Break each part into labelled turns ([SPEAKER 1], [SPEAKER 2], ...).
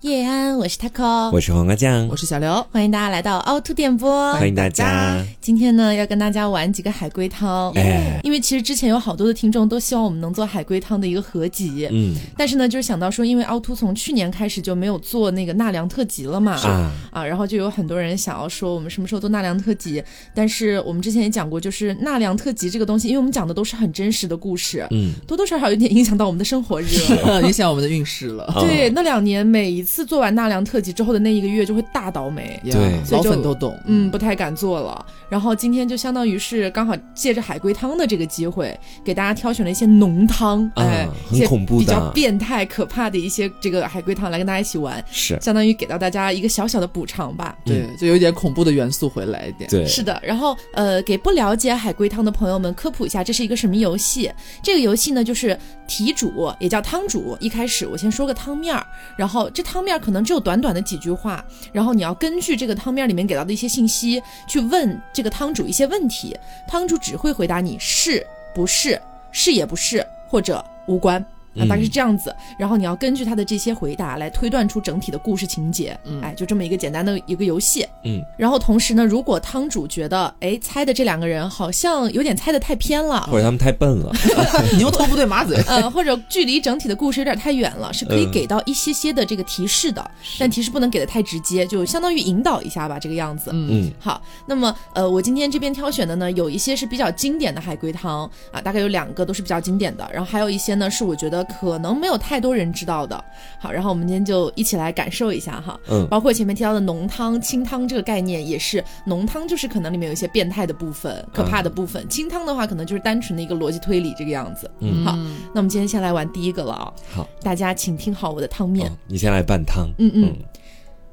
[SPEAKER 1] 夜安，我是 Taco，
[SPEAKER 2] 我是黄瓜酱
[SPEAKER 3] 我，是小刘，
[SPEAKER 1] 欢迎大家来到凹凸电波。
[SPEAKER 2] 欢迎大家。
[SPEAKER 1] 今天呢，要跟大家玩几个海龟汤，
[SPEAKER 2] 哎
[SPEAKER 1] 因为其实之前有好多的听众都希望我们能做海龟汤的一个合集，
[SPEAKER 2] 嗯
[SPEAKER 1] 但是呢，就是想到说，因为凹凸从去年开始就没有做那个纳凉特辑了嘛，
[SPEAKER 2] 啊，
[SPEAKER 1] 啊，然后就有很多人想要说我们什么时候做纳凉特辑，但是我们之前也讲过，就是纳凉特辑这个东西，因为我们讲的都是很真实的故事，
[SPEAKER 2] 嗯，
[SPEAKER 1] 多多少少有点影响到我们的生活日了。
[SPEAKER 3] 影响我们的运势了。
[SPEAKER 2] 哦
[SPEAKER 1] 对，，那两年每一次做完纳凉特辑之后的那一个月就会大倒霉，
[SPEAKER 3] 呀
[SPEAKER 2] 对
[SPEAKER 1] 所以
[SPEAKER 3] 老
[SPEAKER 1] 就
[SPEAKER 3] 粉都懂。
[SPEAKER 1] 嗯，不太敢做了。然后今天就相当于是刚好借着海龟汤的这个机会，给大家挑选了一些浓汤，
[SPEAKER 2] 啊
[SPEAKER 1] 哎，
[SPEAKER 2] 很
[SPEAKER 1] 一些
[SPEAKER 2] 恐怖的
[SPEAKER 1] 比较变态、可怕的一些这个海龟汤来跟大家一起玩，
[SPEAKER 2] 是，
[SPEAKER 1] 相当于给到大家一个小小的补偿吧。
[SPEAKER 3] 对，就有一点恐怖的元素回来一 点。
[SPEAKER 2] 嗯对，
[SPEAKER 1] 是的，然后呃，给不了解海龟汤的朋友们科普一下，这是一个什么游戏？这个游戏呢，就是题主也叫汤主。一开始我先说个汤面儿，然后这汤面儿可能只有短短的几句话，然后你要根据这个汤面儿里面给到的一些信息去问这个汤主一些问题，汤主只会回答你是不是，是也不是，或者无关。
[SPEAKER 2] 嗯
[SPEAKER 1] 啊，大概是这样子，然后你要根据他的这些回答来推断出整体的故事情节，
[SPEAKER 3] 嗯
[SPEAKER 1] 哎，就这么一个简单的一个游戏。
[SPEAKER 2] 嗯，
[SPEAKER 1] 然后同时呢，如果汤主觉得，哎，猜的这两个人好像有点猜的太偏了，
[SPEAKER 2] 或者他们太笨了，
[SPEAKER 3] 对，牛头不对 马嘴。
[SPEAKER 1] 呃，或者距离整体的故事有点太远了，是可以
[SPEAKER 2] 嗯
[SPEAKER 1] 给到一些些的这个提示的，但提示不能给的太直接，就相当于引导一下吧，这个样子。
[SPEAKER 3] 嗯，
[SPEAKER 2] 嗯
[SPEAKER 1] 好，那么呃，我今天这边挑选的呢，有一些是比较经典的海龟汤啊，大概有两个都是比较经典的，然后还有一些呢是我觉得可能没有太多人知道的。好，然后我们今天就一起来感受一下哈。
[SPEAKER 2] 嗯
[SPEAKER 1] 包括前面提到的浓汤、清汤这个概念，也是浓汤就是可能里面有一些变态的部分、可怕的部分，清汤的话可能就是单纯的一个逻辑推理这个样子。
[SPEAKER 2] 嗯，
[SPEAKER 1] 好，那我们今天先来玩第一个了啊、
[SPEAKER 2] 好，
[SPEAKER 1] 大家请听好我的汤面。
[SPEAKER 2] 哦你先来拌汤，
[SPEAKER 1] 嗯嗯，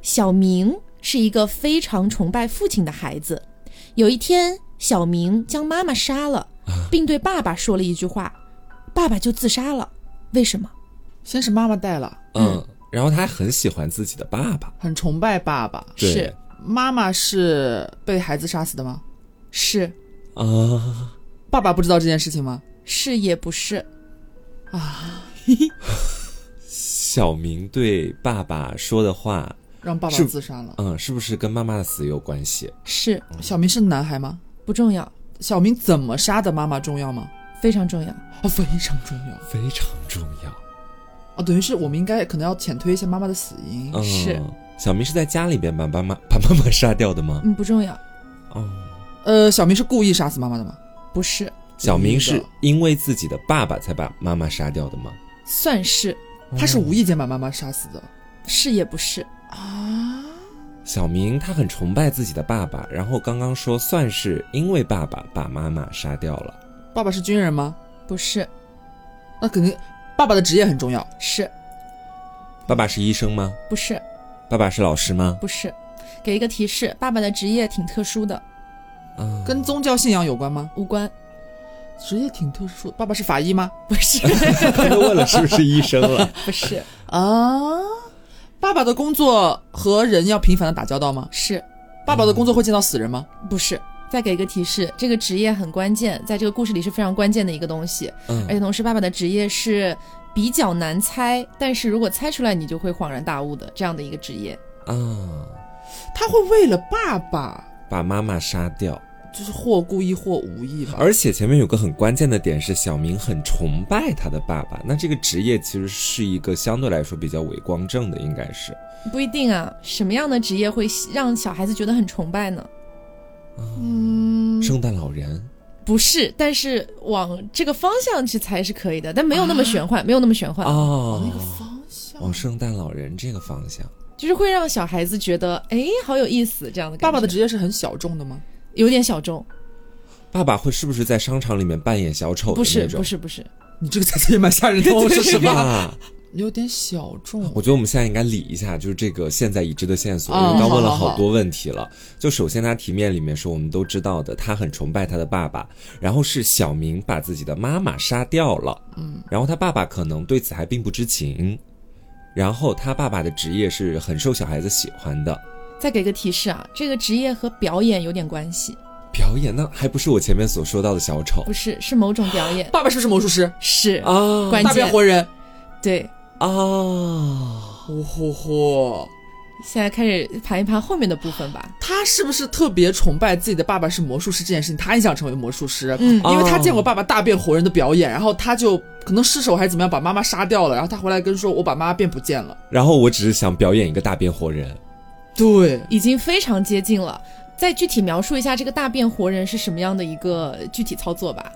[SPEAKER 1] 小明是一个非常崇拜父亲的孩子。有一天，小明将妈妈杀了，并对爸爸说了一句话，爸爸就自杀了。为什么？
[SPEAKER 3] 先是妈妈带了，
[SPEAKER 2] 嗯，然后他还很喜欢自己的爸爸，
[SPEAKER 3] 很崇拜爸爸。
[SPEAKER 2] 对
[SPEAKER 1] 是
[SPEAKER 3] 妈妈是被孩子杀死的吗？
[SPEAKER 1] 是
[SPEAKER 2] 啊，
[SPEAKER 3] 爸爸不知道这件事情吗？
[SPEAKER 1] 是也不是？
[SPEAKER 2] 小明对爸爸说的话，
[SPEAKER 3] 让爸爸
[SPEAKER 2] 是
[SPEAKER 3] 自杀了。
[SPEAKER 2] 嗯，是不是跟妈妈的死有关系？
[SPEAKER 1] 是
[SPEAKER 3] 小明是男孩吗？
[SPEAKER 1] 不重要，
[SPEAKER 3] 小明怎么杀的妈妈重要吗？
[SPEAKER 1] 非常重要。
[SPEAKER 3] 啊，非常重要
[SPEAKER 2] 非常重要，
[SPEAKER 3] 啊！等于是我们应该可能要浅推一下妈妈的死因。
[SPEAKER 2] 嗯，
[SPEAKER 1] 是。
[SPEAKER 2] 小明是在家里边把妈妈把妈妈杀掉的吗？
[SPEAKER 1] 嗯，不重要，嗯
[SPEAKER 2] 哦，
[SPEAKER 3] 呃，小明是故意杀死妈妈的吗？
[SPEAKER 1] 不是，
[SPEAKER 2] 小明
[SPEAKER 3] 故意
[SPEAKER 2] 是
[SPEAKER 3] 的
[SPEAKER 2] 因为自己的爸爸才把妈妈杀掉的吗？哦
[SPEAKER 1] 算是
[SPEAKER 3] 他
[SPEAKER 2] 嗯
[SPEAKER 3] 是无意间把妈妈杀死的
[SPEAKER 1] 是也不是？
[SPEAKER 3] 啊？
[SPEAKER 2] 小明他很崇拜自己的爸爸，然后刚刚说算是因为爸爸把妈妈杀掉了，
[SPEAKER 3] 爸爸是军人吗？
[SPEAKER 1] 不是，
[SPEAKER 3] 那肯定，爸爸的职业很重要。
[SPEAKER 1] 是
[SPEAKER 2] 爸爸是医生吗？
[SPEAKER 1] 不是？
[SPEAKER 2] 爸爸是老师吗？
[SPEAKER 1] 不是，给一个提示，爸爸的职业挺特殊的，
[SPEAKER 2] 啊，
[SPEAKER 3] 跟 宗教信仰有关吗？
[SPEAKER 1] 无关。
[SPEAKER 3] 职业挺特殊，爸爸是法医吗？
[SPEAKER 1] 不是，
[SPEAKER 2] 刚才问了是不是医生 了？
[SPEAKER 1] 不是，
[SPEAKER 3] 啊，爸爸的工作和人要频繁的打交道吗？
[SPEAKER 1] 是。
[SPEAKER 3] 爸爸的工作会见到死人吗？
[SPEAKER 1] 不是。再给一个提示，这个职业很关键，在这个故事里是非常关键的一个东西。而
[SPEAKER 3] 哎
[SPEAKER 2] 嗯，
[SPEAKER 1] 且同时，爸爸的职业是比较难猜，但是如果猜出来，你就会恍然大悟的这样的一个职业。
[SPEAKER 2] 啊，
[SPEAKER 3] 他会为了爸爸，
[SPEAKER 2] 把妈妈杀掉，
[SPEAKER 3] 就是或故意或无意吧？
[SPEAKER 2] 而且前面有个很关键的点是，小明很崇拜他的爸爸，那这个职业其实是一个相对来说比较伪光正的，应该是
[SPEAKER 1] 不一定啊，什么样的职业会让小孩子觉得很崇拜呢？
[SPEAKER 3] 嗯，
[SPEAKER 2] 圣诞老人。
[SPEAKER 1] 不是，但是往这个方向去猜是可以的，但没有那么玄
[SPEAKER 2] 啊
[SPEAKER 1] 幻，没有那么玄幻，
[SPEAKER 2] 哦
[SPEAKER 3] 那个方向。
[SPEAKER 2] 往哦圣诞老人这个方向，
[SPEAKER 1] 就是会让小孩子觉得，哎，好有意思这样的感觉。
[SPEAKER 3] 爸
[SPEAKER 2] 嗯
[SPEAKER 3] 爸的职业是很小众的吗？
[SPEAKER 1] 有点小众，
[SPEAKER 2] 爸爸会是不是在商场里面扮演小丑的
[SPEAKER 1] 不是
[SPEAKER 2] 那，种？
[SPEAKER 1] 不是，不是，
[SPEAKER 3] 你这个猜测也蛮吓人的，我说什么？
[SPEAKER 2] 啊，
[SPEAKER 3] 有点小众
[SPEAKER 2] 我觉得我们现在应该理一下，就是这个现在已知的线索，
[SPEAKER 3] 嗯
[SPEAKER 2] 因为刚问了
[SPEAKER 3] 好好
[SPEAKER 2] 好多问题了。就首先他题面里面说，我们都知道的，他很崇拜他的爸爸，然后是小明把自己的妈妈杀掉了，嗯，然后他爸爸可能对此还并不知情，然后他爸爸的职业是很受小孩子喜欢的。
[SPEAKER 1] 再给个提示啊，这个职业和表演有点关系，
[SPEAKER 2] 表演那还不是我前面所说到的小丑
[SPEAKER 1] 不是，是某种表演，
[SPEAKER 3] 爸爸是不是魔术师？
[SPEAKER 1] 是
[SPEAKER 2] 啊
[SPEAKER 1] 关
[SPEAKER 3] 大变
[SPEAKER 1] 键
[SPEAKER 3] 活人。
[SPEAKER 1] 对，
[SPEAKER 2] 啊，
[SPEAKER 3] 呼呼呼！
[SPEAKER 1] 现在开始盘一盘后面的部分吧。
[SPEAKER 3] 他是不是特别崇拜自己的爸爸是魔术师这件事情？他也想成为魔术师，
[SPEAKER 1] 嗯
[SPEAKER 3] 因为他
[SPEAKER 2] 哦
[SPEAKER 3] 见过爸爸大变活人的表演，然后他就可能失手还是怎么样把妈妈杀掉了，然后他回来跟说：“我把妈妈变不见了。
[SPEAKER 2] 然后我只是想表演一个大变活人，”
[SPEAKER 3] 对，
[SPEAKER 1] 已经非常接近了。再具体描述一下这个大变活人是什么样的一个具体操作吧。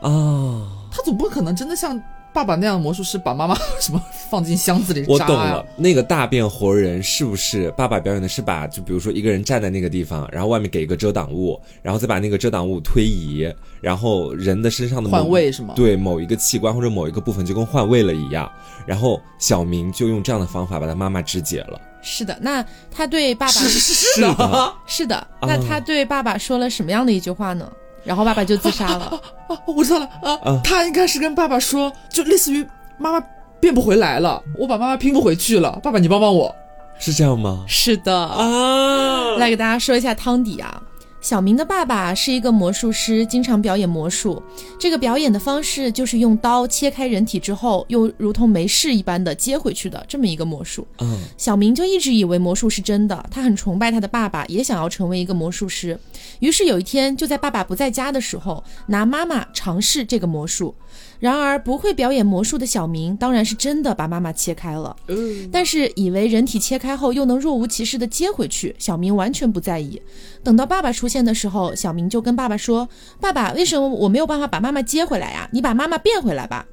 [SPEAKER 2] 啊，
[SPEAKER 3] 他总不可能真的像爸爸那样的魔术师把妈妈什么放进箱子里
[SPEAKER 2] 我
[SPEAKER 3] 扎
[SPEAKER 2] 懂
[SPEAKER 3] 呀、
[SPEAKER 2] 了，那个大变活人是不是爸爸表演的是把就比如说一个人站在那个地方，然后外面给一个遮挡物，然后再把那个遮挡物推移，然后人的身上的某
[SPEAKER 3] 换位是吗？
[SPEAKER 2] 对某一个器官或者某一个部分就跟换位了一样，然后小明就用这样的方法把他妈妈肢解了。
[SPEAKER 1] 是的，那他对爸爸
[SPEAKER 3] 是啊是的，
[SPEAKER 2] 是的
[SPEAKER 1] 是的，那他对爸爸说了什么样的一句话呢？然后爸爸就自杀 了。
[SPEAKER 3] 啊，我知道了啊，
[SPEAKER 2] 啊
[SPEAKER 3] 他应该是跟爸爸说，就类似于妈妈变不回来了，我把妈妈拼不回去了，爸爸你帮帮我。
[SPEAKER 2] 是这样吗？
[SPEAKER 1] 是的，
[SPEAKER 2] 啊，
[SPEAKER 1] 来给大家说一下汤底啊。小明的爸爸是一个魔术师，经常表演魔术。这个表演的方式就是用刀切开人体之后，又如同没事一般的接回去的这么一个魔术。
[SPEAKER 2] 嗯，
[SPEAKER 1] 小明就一直以为魔术是真的，他很崇拜他的爸爸，也想要成为一个魔术师。于是有一天，就在爸爸不在家的时候，拿妈妈尝试这个魔术。然而，不会表演魔术的小明当然是真的把妈妈切开了，
[SPEAKER 3] 嗯
[SPEAKER 1] 但是以为人体切开后又能若无其事的接回去，小明完全不在意。等到爸爸出现的时候，小明就跟爸爸说：“爸爸，为什么我没有办法把妈妈接回来呀、你把妈妈变回来吧。”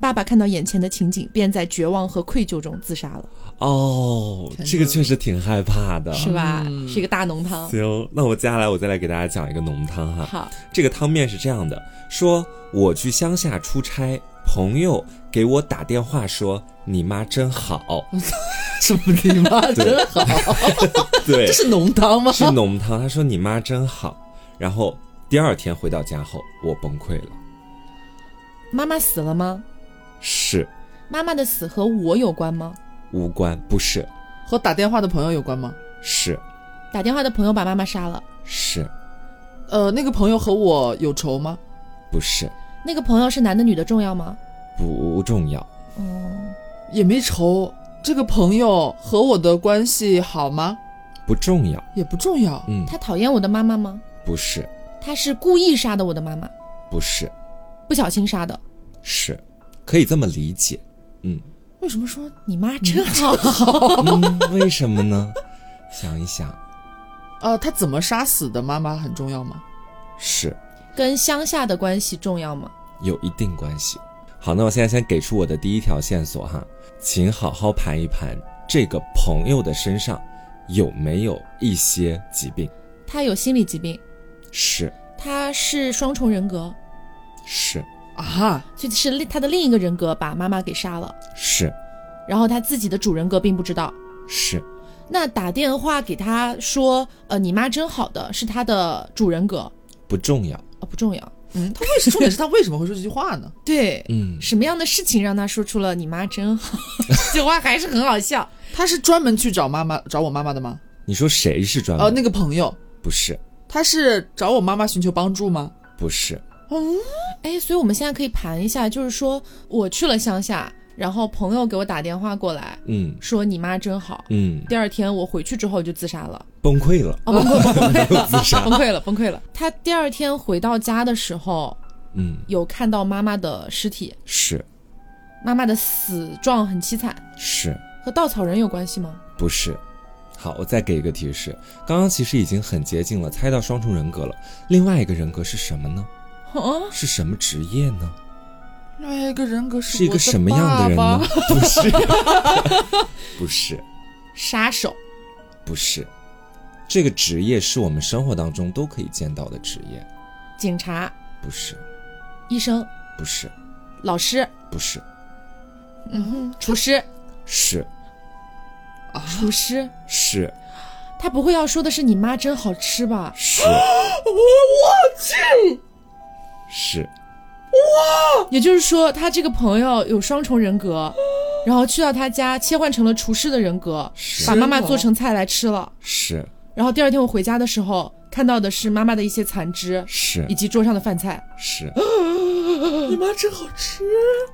[SPEAKER 1] 爸爸看到眼前的情景，便在绝望和愧疚中自杀了。
[SPEAKER 2] 哦，
[SPEAKER 3] 天
[SPEAKER 2] 这个
[SPEAKER 3] 哪
[SPEAKER 2] 确实挺害怕的。
[SPEAKER 1] 是吧？是一个大浓汤。
[SPEAKER 2] 行，那我接下来我再来给大家讲一个浓汤哈。
[SPEAKER 1] 好，
[SPEAKER 2] 这个汤面是这样的：说我去乡下出差，朋友给我打电话说你妈真好。
[SPEAKER 3] 什么你妈真好，
[SPEAKER 2] 对
[SPEAKER 3] 这，是浓汤吗？
[SPEAKER 2] 是浓汤。他说你妈真好。然后第二天回到家后，我崩溃了。
[SPEAKER 1] 妈妈死了吗？
[SPEAKER 2] 是
[SPEAKER 1] 妈妈的死和我有关吗？
[SPEAKER 2] 无关，不是，
[SPEAKER 3] 和打电话的朋友有关吗？
[SPEAKER 2] 是
[SPEAKER 1] 打电话的朋友把妈妈杀了，
[SPEAKER 2] 是
[SPEAKER 3] 呃，那个朋友和我有仇吗？
[SPEAKER 2] 不是
[SPEAKER 1] 那个朋友是男的女的重要吗？
[SPEAKER 2] 不重要。
[SPEAKER 1] 哦，
[SPEAKER 3] 也没仇。这个朋友和我的关系好吗？
[SPEAKER 2] 不重要，
[SPEAKER 3] 也不重要。
[SPEAKER 2] 嗯，
[SPEAKER 1] 他讨厌我的妈妈吗？
[SPEAKER 2] 不是，
[SPEAKER 1] 他是故意杀的我的妈妈，
[SPEAKER 2] 不是，
[SPEAKER 1] 不小心杀的。
[SPEAKER 2] 是，可以这么理解，嗯，
[SPEAKER 3] 为什么说
[SPEAKER 1] 你妈真好，
[SPEAKER 2] 嗯为什么呢？想一想，
[SPEAKER 3] 呃，他怎么杀死的妈妈很重要吗？
[SPEAKER 2] 是
[SPEAKER 1] 跟乡下的关系重要吗？
[SPEAKER 2] 有一定关系。好，那我现在先给出我的第一条线索哈，请好好盘一盘这个朋友的身上有没有一些疾病？
[SPEAKER 1] 他有心理疾病，
[SPEAKER 2] 是
[SPEAKER 1] 他是双重人格，
[SPEAKER 2] 是
[SPEAKER 3] 啊，
[SPEAKER 1] 就是另他的另一个人格把妈妈给杀了，
[SPEAKER 2] 是
[SPEAKER 1] 然后他自己的主人格并不知道。
[SPEAKER 2] 是
[SPEAKER 1] 那打电话给他说，呃，你妈真好的是他的主人格，
[SPEAKER 2] 不重要，
[SPEAKER 1] 啊，不重要。嗯，
[SPEAKER 3] 他为什重点是他为什么会说这句话呢？
[SPEAKER 1] 对，
[SPEAKER 2] 嗯，
[SPEAKER 1] 什么样的事情让他说出了“你妈真 好”这话还是很好笑。
[SPEAKER 3] 他是专门去找妈妈找我妈妈的吗？
[SPEAKER 2] 你说谁是专门？
[SPEAKER 3] 呃，那个朋友，
[SPEAKER 2] 不是
[SPEAKER 3] 他是找我妈妈寻求帮助吗？
[SPEAKER 2] 不是
[SPEAKER 1] 哎，所以我们现在可以盘一下，就是说我去了乡下，然后朋友给我打电话过来
[SPEAKER 2] 嗯
[SPEAKER 1] 说“你妈真好”，
[SPEAKER 2] 嗯，
[SPEAKER 1] 第二天我回去之后就自杀了，
[SPEAKER 2] 崩溃 了，
[SPEAKER 1] 哦，崩 溃崩溃
[SPEAKER 2] 又自杀
[SPEAKER 1] 崩，溃了，崩溃了。他第二天回到家的时候，
[SPEAKER 2] 嗯，
[SPEAKER 1] 有看到妈妈的尸体，
[SPEAKER 2] 是
[SPEAKER 1] 妈妈的死状很凄惨，
[SPEAKER 2] 是
[SPEAKER 1] 和稻草人有关系吗？
[SPEAKER 2] 不是？好，我再给一个提示，刚刚其实已经很接近了，猜到双重人格了。另外一个人格是什么呢？
[SPEAKER 1] 嗯。
[SPEAKER 2] 是什么职业呢？
[SPEAKER 3] 另外一个人格
[SPEAKER 2] 是一
[SPEAKER 3] 我
[SPEAKER 2] 个什么样的人
[SPEAKER 3] 爸
[SPEAKER 2] 呢
[SPEAKER 3] 爸？？
[SPEAKER 2] 不是，不是，
[SPEAKER 1] 杀手，
[SPEAKER 2] 不是。这个职业是我们生活当中都可以见到的职业，
[SPEAKER 1] 警察、
[SPEAKER 2] 不是，
[SPEAKER 1] 医生、
[SPEAKER 2] 不是，
[SPEAKER 1] 老师、
[SPEAKER 2] 不是，
[SPEAKER 1] 厨师、
[SPEAKER 2] 是
[SPEAKER 1] 厨师。
[SPEAKER 2] 是
[SPEAKER 1] 他不会要说的是你妈真好吃吧？
[SPEAKER 2] 是
[SPEAKER 3] 我我去，
[SPEAKER 2] 是，
[SPEAKER 3] 哦
[SPEAKER 1] 也就是说，他这个朋友有双重人格，然后去到他家切换成了厨师的人格，
[SPEAKER 2] 是
[SPEAKER 1] 把妈妈做成菜来吃
[SPEAKER 3] 哦
[SPEAKER 1] 了。
[SPEAKER 2] 是
[SPEAKER 1] 然后第二天我回家的时候，看到的是妈妈的一些残肢
[SPEAKER 2] 是
[SPEAKER 1] 以及桌上的饭菜。
[SPEAKER 2] 是，
[SPEAKER 3] 你妈真好吃。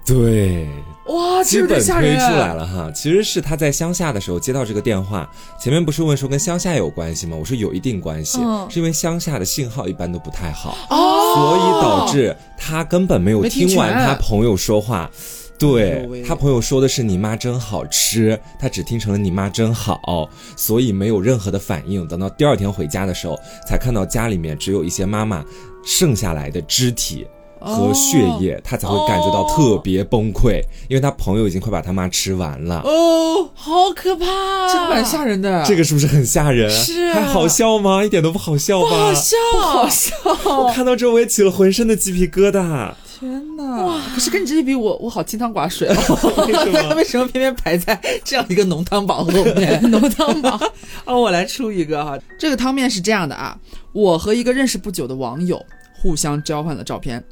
[SPEAKER 2] 对
[SPEAKER 3] 哇，这
[SPEAKER 2] 基
[SPEAKER 3] 有
[SPEAKER 2] 本
[SPEAKER 3] 点吓
[SPEAKER 2] 推
[SPEAKER 3] 人
[SPEAKER 2] 出来
[SPEAKER 3] 哎。
[SPEAKER 2] 了哈，其实是他在乡下的时候接到这个电话，前面不是问说跟乡下有关系吗？我说有一定关系，
[SPEAKER 1] 嗯
[SPEAKER 2] 是因为乡下的信号一般都不太好，
[SPEAKER 3] 哦，
[SPEAKER 2] 所以导致他根本没有
[SPEAKER 3] 没听
[SPEAKER 2] 听完
[SPEAKER 3] 全
[SPEAKER 2] 他朋友说话。
[SPEAKER 3] 哎呦
[SPEAKER 2] 对
[SPEAKER 3] 喂
[SPEAKER 2] 他朋友说的是你妈真好吃，他只听成了你妈真好，所以没有任何的反应。等到第二天回家的时候，才看到家里面只有一些妈妈剩下来的肢体和血
[SPEAKER 3] 哦
[SPEAKER 2] 液，他才会感觉到特别崩溃，因为他朋友已经快把他妈吃完了。
[SPEAKER 3] 哦，
[SPEAKER 1] 好可怕，啊
[SPEAKER 3] 这个蛮吓人的。
[SPEAKER 2] 这个是不是很吓人？
[SPEAKER 1] 是啊
[SPEAKER 2] 还好笑吗？一点都不好笑吧？
[SPEAKER 1] 好笑，
[SPEAKER 3] 好笑，
[SPEAKER 2] 我看到这我也起了浑身的鸡皮疙瘩。
[SPEAKER 3] 天哪！哇，可是跟你这些比，我我好清汤寡 水哦。为什么偏偏排在这样一个浓汤宝后面？
[SPEAKER 1] 浓汤宝，
[SPEAKER 3] 哦，我来出一个哈，这个汤面是这样的啊，我和一个认识不久的网友互相交换了照片，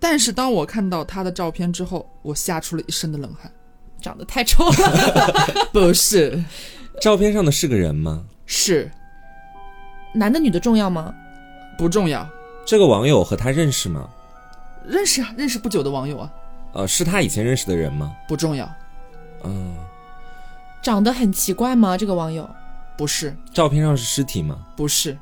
[SPEAKER 3] 但是当我看到他的照片之后，我吓出了一身的冷汗。
[SPEAKER 1] 长得太丑 了，
[SPEAKER 3] 不是，
[SPEAKER 2] 照片上的是个人吗？
[SPEAKER 3] 是
[SPEAKER 1] 男的女的重要吗？
[SPEAKER 3] 不重要，
[SPEAKER 2] 这个网友和他认识吗？
[SPEAKER 3] 认识啊，认识不久的网友啊，
[SPEAKER 2] 呃，是他以前认识的人吗？
[SPEAKER 3] 不重要，
[SPEAKER 2] 嗯，
[SPEAKER 1] 长得很奇怪吗？这个网友，
[SPEAKER 3] 不是，
[SPEAKER 2] 照片上是尸体吗？
[SPEAKER 3] 不是，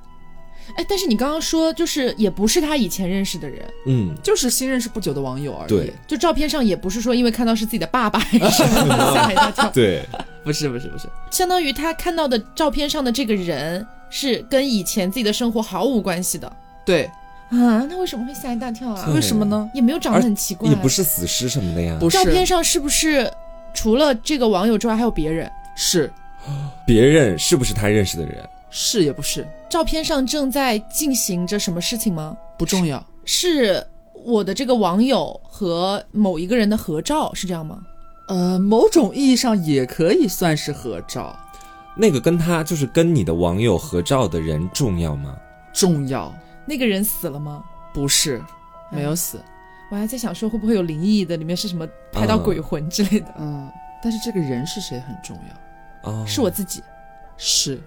[SPEAKER 1] 哎，但是你刚刚说就是也不是他以前认识的人，
[SPEAKER 2] 嗯，
[SPEAKER 3] 就是新认识不久的网友而已。
[SPEAKER 2] 对，
[SPEAKER 1] 就照片上也不是说因为看到是自己的爸爸还是什 么的吓一大
[SPEAKER 3] 啊
[SPEAKER 1] 跳，
[SPEAKER 2] 对，
[SPEAKER 3] 不是，不是，不是，
[SPEAKER 1] 相当于他看到的照片上的这个人是跟以前自己的生活毫无关系的
[SPEAKER 3] 对，
[SPEAKER 1] 啊，那为什么会吓一大跳啊？
[SPEAKER 2] 对
[SPEAKER 3] 为什么呢？
[SPEAKER 1] 也没有长得很奇怪，
[SPEAKER 2] 嗯也不是死尸什么的呀。
[SPEAKER 3] 不是，
[SPEAKER 1] 照片上是不是除了这个网友之外还有别人？
[SPEAKER 3] 是
[SPEAKER 2] 别人是不是他认识的人？
[SPEAKER 3] 是也不是，
[SPEAKER 1] 照片上正在进行着什么事情吗？
[SPEAKER 3] 不重要，
[SPEAKER 1] 是我的这个网友和某一个人的合照，是这样吗？
[SPEAKER 3] 呃，某种意义上也可以算是合照，
[SPEAKER 2] 那个跟他就是跟你的网友合照的人重要吗？
[SPEAKER 3] 重要。嗯
[SPEAKER 1] 那个人死了吗？
[SPEAKER 3] 不是，没有死。
[SPEAKER 1] 我还在想说会不会有灵异的，里面是什么拍到鬼魂之类的？
[SPEAKER 3] 嗯，但是这个人是谁很重要。
[SPEAKER 2] 哦，
[SPEAKER 1] 是我自己，
[SPEAKER 3] 是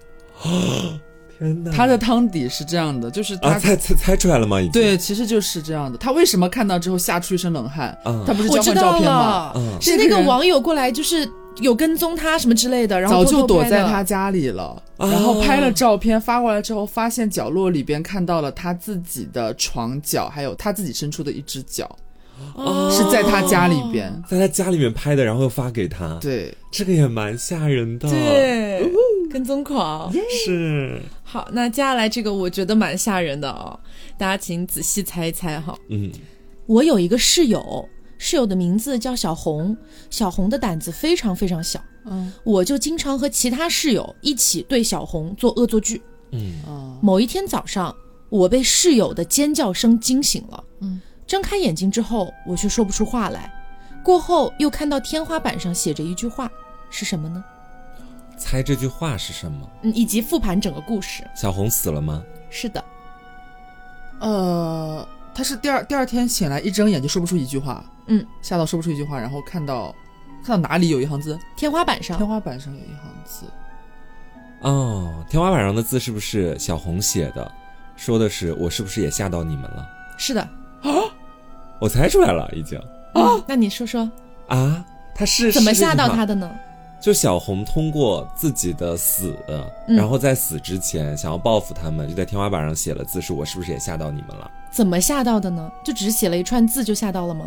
[SPEAKER 2] 天哪
[SPEAKER 3] 他的汤底是这样的，就是他、
[SPEAKER 2] 啊，猜猜猜出来了吗？已经，
[SPEAKER 3] 对，其实就是这样的。他为什么看到之后吓出一身冷汗？
[SPEAKER 2] 嗯
[SPEAKER 3] 他不是
[SPEAKER 1] 我
[SPEAKER 3] 交
[SPEAKER 1] 知
[SPEAKER 3] 换照
[SPEAKER 1] 道
[SPEAKER 3] 片吗？
[SPEAKER 1] 了，
[SPEAKER 2] 嗯，
[SPEAKER 1] 是那个网友过来，就是有跟踪他什么之类的，然后
[SPEAKER 3] 早就
[SPEAKER 1] 偷偷
[SPEAKER 3] 躲
[SPEAKER 1] 拍
[SPEAKER 3] 在
[SPEAKER 1] 的
[SPEAKER 3] 他家里了，
[SPEAKER 2] 哦
[SPEAKER 3] 然后拍了照片发过来之后，发现角落里边看到了他自己的床角，还有他自己伸出的一只脚，
[SPEAKER 1] 哦
[SPEAKER 3] 是在他家里边。
[SPEAKER 2] 在他家里面拍的，然后又发给他，
[SPEAKER 3] 对，
[SPEAKER 2] 这个也蛮吓人的。，
[SPEAKER 1] 对，跟踪狂。
[SPEAKER 2] 是，
[SPEAKER 1] 好，那接下来这个我觉得蛮吓人的哦，大家请仔细猜一猜哈。
[SPEAKER 2] 嗯，
[SPEAKER 1] 我有一个室友，室友的名字叫小红，小红的胆子非常非常小，
[SPEAKER 3] 嗯
[SPEAKER 1] 我就经常和其他室友一起对小红做恶作剧。
[SPEAKER 2] 嗯
[SPEAKER 3] 啊，
[SPEAKER 1] 某一天早上，我被室友的尖叫声惊醒了。
[SPEAKER 3] 嗯，
[SPEAKER 1] 睁开眼睛之后，我却说不出话来。过后又看到天花板上写着一句话，是什么呢？
[SPEAKER 2] 猜这句话是什么？
[SPEAKER 1] 嗯，以及复盘整个故事。
[SPEAKER 2] 小红死了吗？
[SPEAKER 1] 是的，
[SPEAKER 3] 呃，他是第二第二天醒来，一睁眼就说不出一句话，
[SPEAKER 1] 嗯，
[SPEAKER 3] 吓到说不出一句话，然后看到看到哪里有一行字，
[SPEAKER 1] 天花板
[SPEAKER 3] 天
[SPEAKER 1] 上
[SPEAKER 3] 花板上有一行字，
[SPEAKER 2] 哦，天花板上的字是不是小红写的？说的是我是不是也吓到你们了？
[SPEAKER 1] 是的
[SPEAKER 2] 啊我猜出来了，已经
[SPEAKER 1] 啊、嗯那你说说
[SPEAKER 2] 啊，他是
[SPEAKER 1] 怎么吓到？
[SPEAKER 2] 是这句
[SPEAKER 1] 他
[SPEAKER 2] 话
[SPEAKER 1] 的呢？
[SPEAKER 2] 就小红通过自己的死，
[SPEAKER 1] 嗯
[SPEAKER 2] 然后在死之前想要报复他们，就在天花板上写了字，是我是不是也吓到你们了？
[SPEAKER 1] 怎么吓到的呢？就只写了一串字就吓到了吗？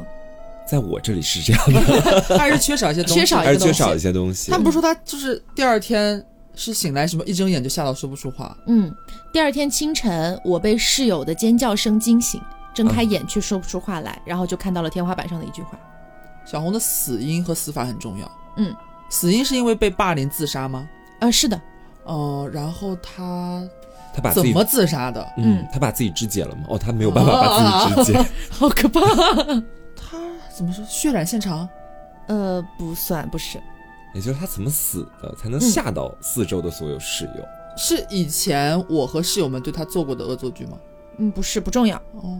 [SPEAKER 2] 在我这里是这样 的，
[SPEAKER 3] 他还是 缺少一些东西，
[SPEAKER 1] 缺少一
[SPEAKER 2] 而
[SPEAKER 1] 个东
[SPEAKER 2] 缺
[SPEAKER 1] 西
[SPEAKER 2] 少一些东西
[SPEAKER 3] 他。们不是说他就是第二天是醒来什么一睁眼就吓到说不出话，
[SPEAKER 1] 嗯，第二天清晨，我被室友的尖叫声惊醒，睁开
[SPEAKER 2] 嗯
[SPEAKER 1] 眼却说不出话来，然后就看到了天花板上的一句话。
[SPEAKER 3] 小红的死因和死法很重要，
[SPEAKER 1] 嗯，
[SPEAKER 3] 死因是因为被霸凌自杀吗？
[SPEAKER 1] 呃，是的，
[SPEAKER 3] 哦、然后他
[SPEAKER 2] 他把自
[SPEAKER 3] 怎
[SPEAKER 2] 己
[SPEAKER 3] 么自杀的？
[SPEAKER 2] 嗯
[SPEAKER 1] 嗯，
[SPEAKER 2] 他把自己肢解了吗？哦，他没有办法把自己肢嗯解。
[SPEAKER 1] 好可怕。
[SPEAKER 3] 他怎么说血染现场？
[SPEAKER 1] 呃，不算，不是，
[SPEAKER 2] 也就是他怎么死的，才能
[SPEAKER 1] 嗯
[SPEAKER 2] 吓到四周的所有室友？
[SPEAKER 3] 是以前我和室友们对他做过的恶作剧吗？
[SPEAKER 1] 嗯，不是，不重要。
[SPEAKER 3] 哦，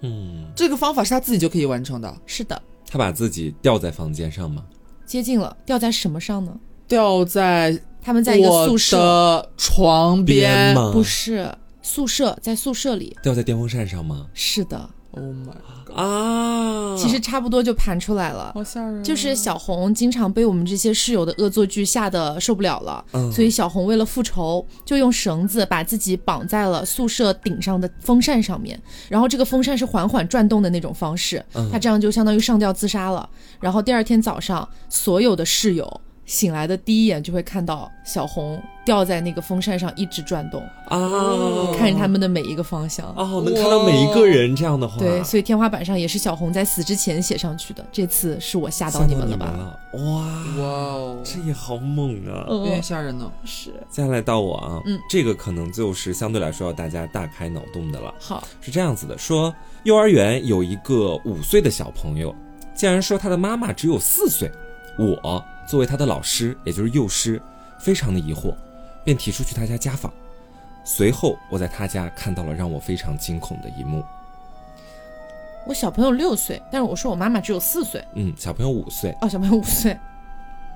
[SPEAKER 2] 嗯，
[SPEAKER 3] 这个方法是他自己就可以完成的，
[SPEAKER 1] 是的，
[SPEAKER 2] 他把自己吊在房间上吗？
[SPEAKER 1] 接近了，掉在什么上呢？
[SPEAKER 3] 吊在
[SPEAKER 1] 他们在一个宿
[SPEAKER 3] 我
[SPEAKER 1] 舍，
[SPEAKER 3] 的床边
[SPEAKER 2] 吗？
[SPEAKER 1] 不是宿舍，在宿舍里。
[SPEAKER 2] 掉在电风扇上吗？
[SPEAKER 1] 是的，
[SPEAKER 3] Oh my，
[SPEAKER 2] 啊，
[SPEAKER 1] 其实差不多就盘出来了。
[SPEAKER 3] 好吓人啊、
[SPEAKER 1] 就是小红经常被我们这些室友的恶作剧吓得受不了了，
[SPEAKER 2] 嗯
[SPEAKER 1] 所以小红为了复仇，就用绳子把自己绑在了宿舍顶上的风扇上面，然后这个风扇是缓缓转动的那种方式，
[SPEAKER 2] 嗯
[SPEAKER 1] 她这样就相当于上吊自杀了。然后第二天早上，所有的室友醒来的第一眼就会看到小红吊在那个风扇上一直转动，
[SPEAKER 2] 啊，
[SPEAKER 1] 看着他们的每一个方向。
[SPEAKER 2] 哦，能看到每一个人这样的话，
[SPEAKER 1] 对，所以天花板上也是小红在死之前写上去的。这次是我吓
[SPEAKER 2] 吓
[SPEAKER 1] 到你们
[SPEAKER 2] 了
[SPEAKER 1] 了吧？
[SPEAKER 2] 哇，
[SPEAKER 3] 哇哦，
[SPEAKER 2] 这也好猛啊！
[SPEAKER 1] 嗯
[SPEAKER 3] 有点吓人呢。
[SPEAKER 1] 是
[SPEAKER 2] 接下来到我啊，
[SPEAKER 1] 嗯，
[SPEAKER 2] 这个可能就是相对来说要大家大开脑洞的了。
[SPEAKER 1] 好，
[SPEAKER 2] 是这样子的，说幼儿园有一个五岁的小朋友，竟然说他的妈妈只有四岁。我作为他的老师，也就是幼师，非常的疑惑，便提出去他家家访。随后，我在他家看到了让我非常惊恐的一幕。
[SPEAKER 1] 我小朋友六岁，但是我说我妈妈只有四岁。
[SPEAKER 2] 嗯，小朋友五岁，
[SPEAKER 1] 哦，小朋友五岁，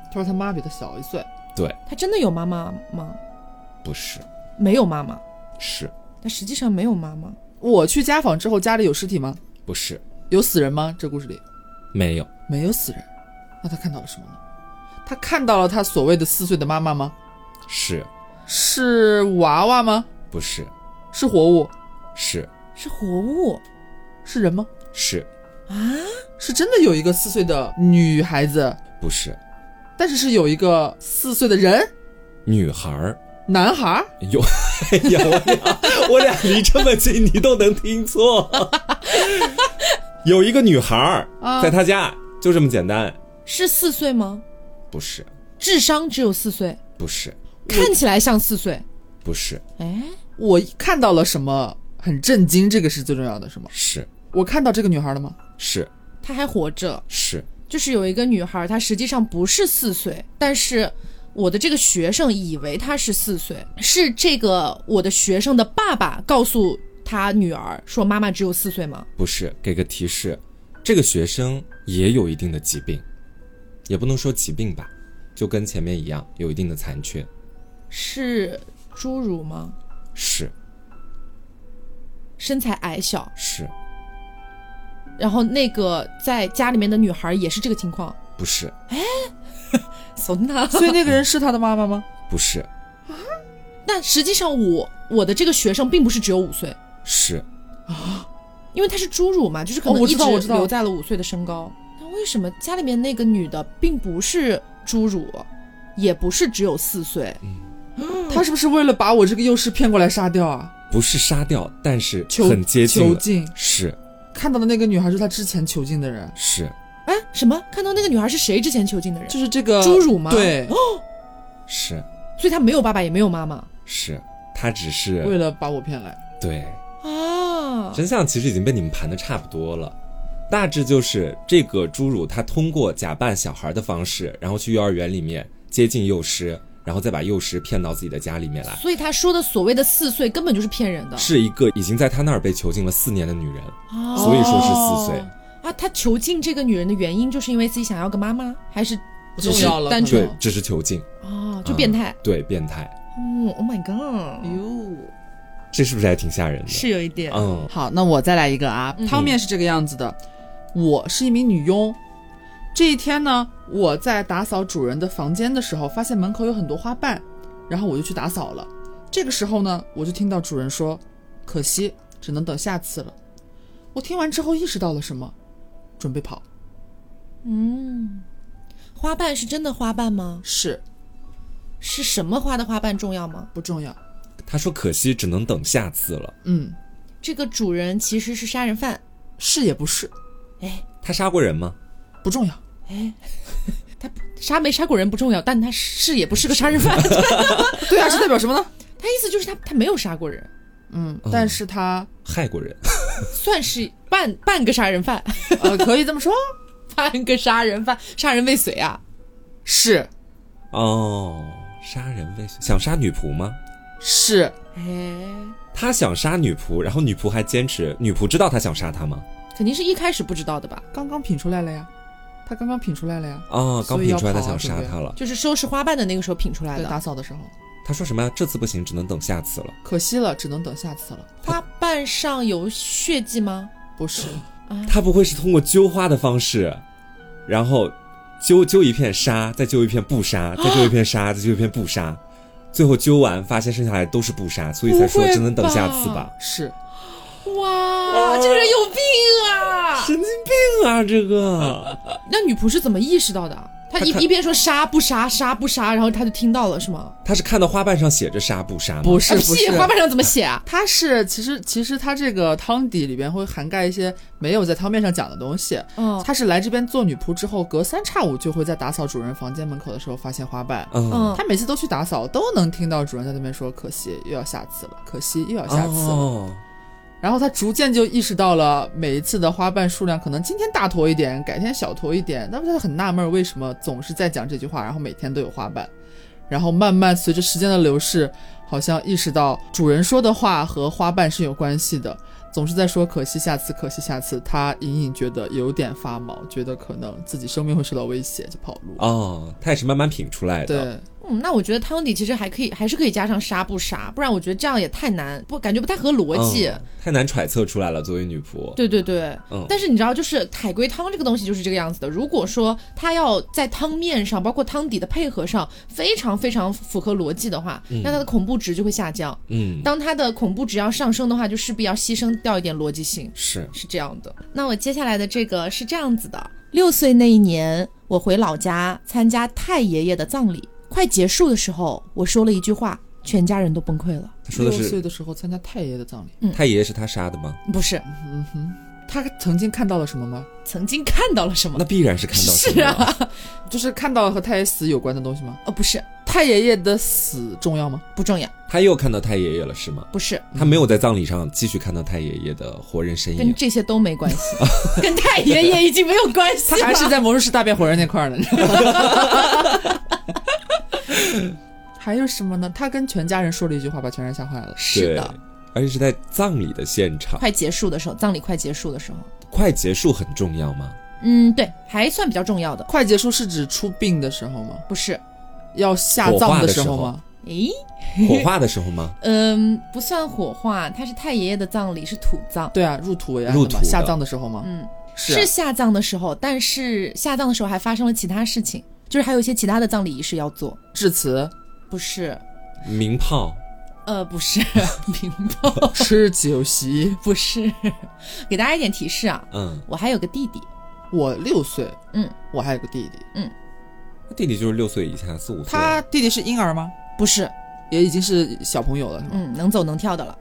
[SPEAKER 3] 他说他妈比他小一岁，
[SPEAKER 2] 对，
[SPEAKER 1] 他真的有妈妈吗？
[SPEAKER 2] 不是，
[SPEAKER 1] 没有妈妈，
[SPEAKER 2] 是
[SPEAKER 1] 但实际上没有妈妈。
[SPEAKER 3] 我去家访之后，家里有尸体吗？
[SPEAKER 2] 不是
[SPEAKER 3] 有死人吗？这故事里
[SPEAKER 2] 没有？
[SPEAKER 3] 没有死人，那他看到了什么呢？他看到了他所谓的四岁的妈妈吗？
[SPEAKER 2] 是
[SPEAKER 3] 是娃娃吗？
[SPEAKER 2] 不是？
[SPEAKER 3] 是活物？
[SPEAKER 2] 是
[SPEAKER 1] 是活物
[SPEAKER 3] 是人吗？
[SPEAKER 2] 是
[SPEAKER 1] 啊？
[SPEAKER 3] 是真的有一个四岁的女孩子，
[SPEAKER 2] 不是？
[SPEAKER 3] 但是是有一个四岁的人
[SPEAKER 2] 女孩儿
[SPEAKER 3] 男孩儿。
[SPEAKER 2] 有， 哎呀，我俩我俩离这么近，你都能听错。有一个女孩儿
[SPEAKER 3] 啊
[SPEAKER 2] 在他家，就这么简单。
[SPEAKER 1] 是四岁吗？
[SPEAKER 2] 不是，
[SPEAKER 1] 智商只有四岁，
[SPEAKER 2] 不是，
[SPEAKER 1] 看起来像四岁。
[SPEAKER 2] 不是，
[SPEAKER 1] 哎，
[SPEAKER 3] 我看到了什么很震惊，这个是最重要的，是吗？
[SPEAKER 2] 是
[SPEAKER 3] 我看到这个女孩了吗？
[SPEAKER 2] 是
[SPEAKER 1] 他还活着，
[SPEAKER 2] 是
[SPEAKER 1] 就是有一个女孩，她实际上不是四岁，但是我的这个学生以为她是四岁，是这个我的学生的爸爸告诉他女儿说妈妈只有四岁吗？
[SPEAKER 2] 不是？给个提示，这个学生也有一定的疾病，也不能说疾病吧，就跟前面一样，有一定的残缺。
[SPEAKER 1] 是侏儒吗？
[SPEAKER 2] 是
[SPEAKER 1] 身材矮小，
[SPEAKER 2] 是，
[SPEAKER 1] 然后那个在家里面的女孩也是这个情况，
[SPEAKER 2] 不是，
[SPEAKER 1] 怂的。
[SPEAKER 3] 所以那个人是他的妈妈吗？
[SPEAKER 2] 不是，
[SPEAKER 1] 但实际上我我的这个学生并不是只有五岁，
[SPEAKER 2] 是
[SPEAKER 1] 因为他是侏儒嘛，就是可
[SPEAKER 3] 哦
[SPEAKER 1] 能
[SPEAKER 3] 我
[SPEAKER 1] 一
[SPEAKER 3] 知道我
[SPEAKER 1] 直
[SPEAKER 3] 知道
[SPEAKER 1] 留在了五岁的身高。那为什么家里面那个女的并不是侏儒，也不是只有四岁？
[SPEAKER 2] 嗯
[SPEAKER 3] 他是不是为了把我这个幼师骗过来杀掉啊？
[SPEAKER 2] 不是杀掉，但是
[SPEAKER 3] 囚
[SPEAKER 2] 很接近
[SPEAKER 3] 囚
[SPEAKER 2] 了
[SPEAKER 3] 禁，
[SPEAKER 2] 是
[SPEAKER 3] 看到的那个女孩是他之前囚禁的人，
[SPEAKER 2] 是
[SPEAKER 1] 哎，什么？看到那个女孩是谁之前囚禁的人？
[SPEAKER 3] 就是这个
[SPEAKER 1] 侏儒吗哦
[SPEAKER 3] 对，
[SPEAKER 2] 是
[SPEAKER 1] 所以她没有爸爸，也没有妈妈
[SPEAKER 2] 是，他只是
[SPEAKER 3] 为了把我骗来。
[SPEAKER 2] 对
[SPEAKER 1] 啊。
[SPEAKER 2] 真相其实已经被你们盘的差不多了，大致就是这个侏儒他通过假扮小孩的方式，然后去幼儿园里面接近幼师，然后再把幼师骗到自己的家里面来，
[SPEAKER 1] 所以他说的所谓的四岁根本就是骗人的，
[SPEAKER 2] 是一个已经在他那儿被囚禁了四年的女人，
[SPEAKER 1] 啊
[SPEAKER 2] 所以说是四岁。
[SPEAKER 1] 啊，他囚禁这个女人的原因，就是因为自己想要个妈妈，还是
[SPEAKER 3] 不
[SPEAKER 1] 只
[SPEAKER 3] 重
[SPEAKER 1] 是
[SPEAKER 3] 要了，
[SPEAKER 1] 单
[SPEAKER 3] 可
[SPEAKER 1] 纯
[SPEAKER 2] 对
[SPEAKER 3] 能，
[SPEAKER 2] 只是囚禁，
[SPEAKER 1] 啊，
[SPEAKER 2] 嗯
[SPEAKER 1] 就变态？
[SPEAKER 2] 对变态，
[SPEAKER 1] 嗯，Oh my god，
[SPEAKER 3] 哟。
[SPEAKER 2] 这是不是还挺吓人的？
[SPEAKER 1] 是有一点
[SPEAKER 2] 嗯，
[SPEAKER 3] 好，那我再来一个啊。汤面是这个样子的，我是一名女佣。这一天呢，我在打扫主人的房间的时候，发现门口有很多花瓣，然后我就去打扫了。这个时候呢，我就听到主人说：“可惜，只能等下次了。”我听完之后意识到了什么，准备跑。
[SPEAKER 1] 嗯，花瓣是真的花瓣吗？
[SPEAKER 3] 是
[SPEAKER 1] 是什么花的花瓣重要吗？
[SPEAKER 3] 不重要。
[SPEAKER 2] 他说可惜只能等下次了。
[SPEAKER 3] 嗯，
[SPEAKER 1] 这个主人其实是杀人犯，
[SPEAKER 3] 是也不是，
[SPEAKER 1] 哎
[SPEAKER 2] 他杀过人吗？
[SPEAKER 3] 不重要。
[SPEAKER 1] 哎，他杀没杀过人不重要，但他是也不是个杀人犯。
[SPEAKER 3] 对啊，是代表什么呢？
[SPEAKER 1] 他意思就是他他没有杀过人，
[SPEAKER 3] 嗯，但是他
[SPEAKER 2] 害过人，
[SPEAKER 1] 算是半半个杀人犯，
[SPEAKER 3] 呃，可以这么说，
[SPEAKER 1] 半个杀人犯，杀人未遂啊。
[SPEAKER 3] 是
[SPEAKER 2] 哦，杀人未遂，想杀女仆吗？
[SPEAKER 3] 是
[SPEAKER 1] 哎，
[SPEAKER 2] 他想杀女仆，然后女仆还坚持，女仆知道他想杀他吗？
[SPEAKER 1] 肯定是一开始不知道的吧？
[SPEAKER 3] 刚刚品出来了呀，他刚刚品出来了呀。
[SPEAKER 2] 哦，刚
[SPEAKER 3] 所以
[SPEAKER 2] 品
[SPEAKER 3] 要
[SPEAKER 2] 出来他
[SPEAKER 3] 跑啊
[SPEAKER 2] 想杀
[SPEAKER 3] 对不对
[SPEAKER 2] 他了。
[SPEAKER 1] 就是收拾花瓣的那个时候品出来
[SPEAKER 3] 对，打
[SPEAKER 1] 的。
[SPEAKER 3] 扫的时候，
[SPEAKER 2] 他说什么呀？这次不行，只能等下次了。
[SPEAKER 3] 可惜了，只能等下次了。
[SPEAKER 1] 花瓣上有血迹吗？啊
[SPEAKER 3] 不是，
[SPEAKER 2] 他不会是通过揪花的方式，然后揪揪一片沙，再揪一片布 沙，再揪一片沙，再揪一片布沙，最后揪完发现剩下来都是布沙，所以才说
[SPEAKER 1] 不会
[SPEAKER 2] 只能等下次
[SPEAKER 1] 吧
[SPEAKER 2] 吧。
[SPEAKER 3] 是
[SPEAKER 1] 哇，这人有病啊！
[SPEAKER 2] 神经病啊，这 个！
[SPEAKER 1] 那女仆是怎么意识到的？她一
[SPEAKER 2] 她看
[SPEAKER 1] 一边说杀不杀杀不杀，然后她就听到了是吗？
[SPEAKER 2] 他是看到花瓣上写着沙布沙吗？
[SPEAKER 3] 不是
[SPEAKER 1] 啊
[SPEAKER 3] 哎不是
[SPEAKER 1] 屁，花瓣上怎么写啊？
[SPEAKER 3] 它是其实其实它这个汤底里边会涵盖一些没有在汤面上讲的东西。
[SPEAKER 1] 嗯
[SPEAKER 3] 她是来这边做女仆之后，隔三差五就会在打扫主人房间门口的时候发现花瓣。
[SPEAKER 2] 嗯，
[SPEAKER 1] 嗯
[SPEAKER 3] 她每次都去打扫，都能听到主人在那边说：“可惜又要下次了，可惜又要下次了。
[SPEAKER 2] 哦，
[SPEAKER 3] 然后她逐渐就意识到了每一次的花瓣数量，可能今天大坨一点，改天小坨一点。但是她很纳闷，为什么总是在讲这句话，然后每天都有花瓣。然后慢慢随着时间的流逝，好像意识到主人说的话和花瓣是有关系的，总是在说可惜下次，可惜下次。她隐隐觉得有点发毛，觉得可能自己生命会受到威胁，就跑路。
[SPEAKER 2] 哦，他也是慢慢品出来的。
[SPEAKER 3] 对，
[SPEAKER 1] 嗯，那我觉得汤底其实还可以，还是可以加上杀不杀，不然我觉得这样也太难，不感觉不太合逻辑。
[SPEAKER 2] 嗯太难揣测出来了。作为女仆，
[SPEAKER 1] 对对对，
[SPEAKER 2] 嗯
[SPEAKER 1] 但是你知道，就是海龟汤这个东西就是这个样子的。如果说它要在汤面上，包括汤底的配合上，非常非常符合逻辑的话，那它的恐怖值就会下降。
[SPEAKER 2] 嗯，
[SPEAKER 1] 当它的恐怖值要上升的话，就势必要牺牲掉一点逻辑性。
[SPEAKER 2] 是
[SPEAKER 1] 是这样的。那我接下来的这个是这样子的：六岁那一年，我回老家参加太爷爷的葬礼，快结束的时候，我说了一句话，全家人都崩溃了。
[SPEAKER 2] 他说
[SPEAKER 3] 六
[SPEAKER 2] 的
[SPEAKER 3] 岁
[SPEAKER 2] 是
[SPEAKER 3] 的时候参加太爷的葬礼，嗯
[SPEAKER 2] 他爷爷是他杀的吗？
[SPEAKER 1] 不是，
[SPEAKER 3] 她曾经看到了什么吗？
[SPEAKER 1] 曾经看到了什么
[SPEAKER 2] 那？必然是看到什
[SPEAKER 1] 是
[SPEAKER 2] 么了
[SPEAKER 1] 啊，
[SPEAKER 3] 就是看到和太爷死有关的东西吗？
[SPEAKER 1] 哦，不是，
[SPEAKER 3] 太爷爷的死重要吗？
[SPEAKER 1] 不重要，
[SPEAKER 2] 他又看到太爷爷了是吗？
[SPEAKER 1] 不是，
[SPEAKER 2] 他没有在葬礼上继续看到太爷爷的活人身
[SPEAKER 1] 嗯跟
[SPEAKER 2] 影。
[SPEAKER 1] 这些都没关系，跟太爷爷已经没有关系
[SPEAKER 3] 他
[SPEAKER 1] 了。
[SPEAKER 3] 还是在魔术师大变活人那块儿呢。你知道吗 还有什么呢？他跟全家人说了一句话，把全家人吓坏了。
[SPEAKER 1] 是
[SPEAKER 2] 对
[SPEAKER 1] 的，，
[SPEAKER 2] 而且是在葬礼的现场。
[SPEAKER 1] 快结束的时候，葬礼快结束的时候，
[SPEAKER 2] 快结束很重要 吗？
[SPEAKER 1] 嗯，对，还算比较重要的，
[SPEAKER 3] 快结束是指出殡的时候吗？
[SPEAKER 1] 不是。
[SPEAKER 3] 要下葬时候
[SPEAKER 2] 火化的
[SPEAKER 3] 吗？
[SPEAKER 1] 诶，
[SPEAKER 2] 火化的时候吗？
[SPEAKER 1] 嗯，不算火化，它是太爷爷的葬礼，是土葬。
[SPEAKER 3] 对啊，入土为安
[SPEAKER 2] 入
[SPEAKER 3] 的
[SPEAKER 2] 土
[SPEAKER 3] 嘛。
[SPEAKER 2] 的
[SPEAKER 3] 下葬的时候吗？
[SPEAKER 1] 嗯，
[SPEAKER 3] 是啊
[SPEAKER 1] 是下葬的时候，但是下葬的时候还发生了其他事情，就是还有一些其他的葬礼仪式要做。
[SPEAKER 3] 致 辞，
[SPEAKER 1] 不是，
[SPEAKER 2] 鸣炮，
[SPEAKER 1] 呃，不是， 明白，
[SPEAKER 3] 吃酒席。
[SPEAKER 1] 不是。给大家一点提示啊，
[SPEAKER 2] 嗯，
[SPEAKER 1] 我还有个弟弟，
[SPEAKER 3] 我六岁，
[SPEAKER 1] 嗯，
[SPEAKER 3] 我还有个弟弟。
[SPEAKER 2] 他弟弟就是六岁以下，四五岁。
[SPEAKER 3] 他弟弟是婴儿吗？
[SPEAKER 1] 不是，
[SPEAKER 3] 也已经是小朋友了，是吗？
[SPEAKER 1] 嗯，能走能跳的了，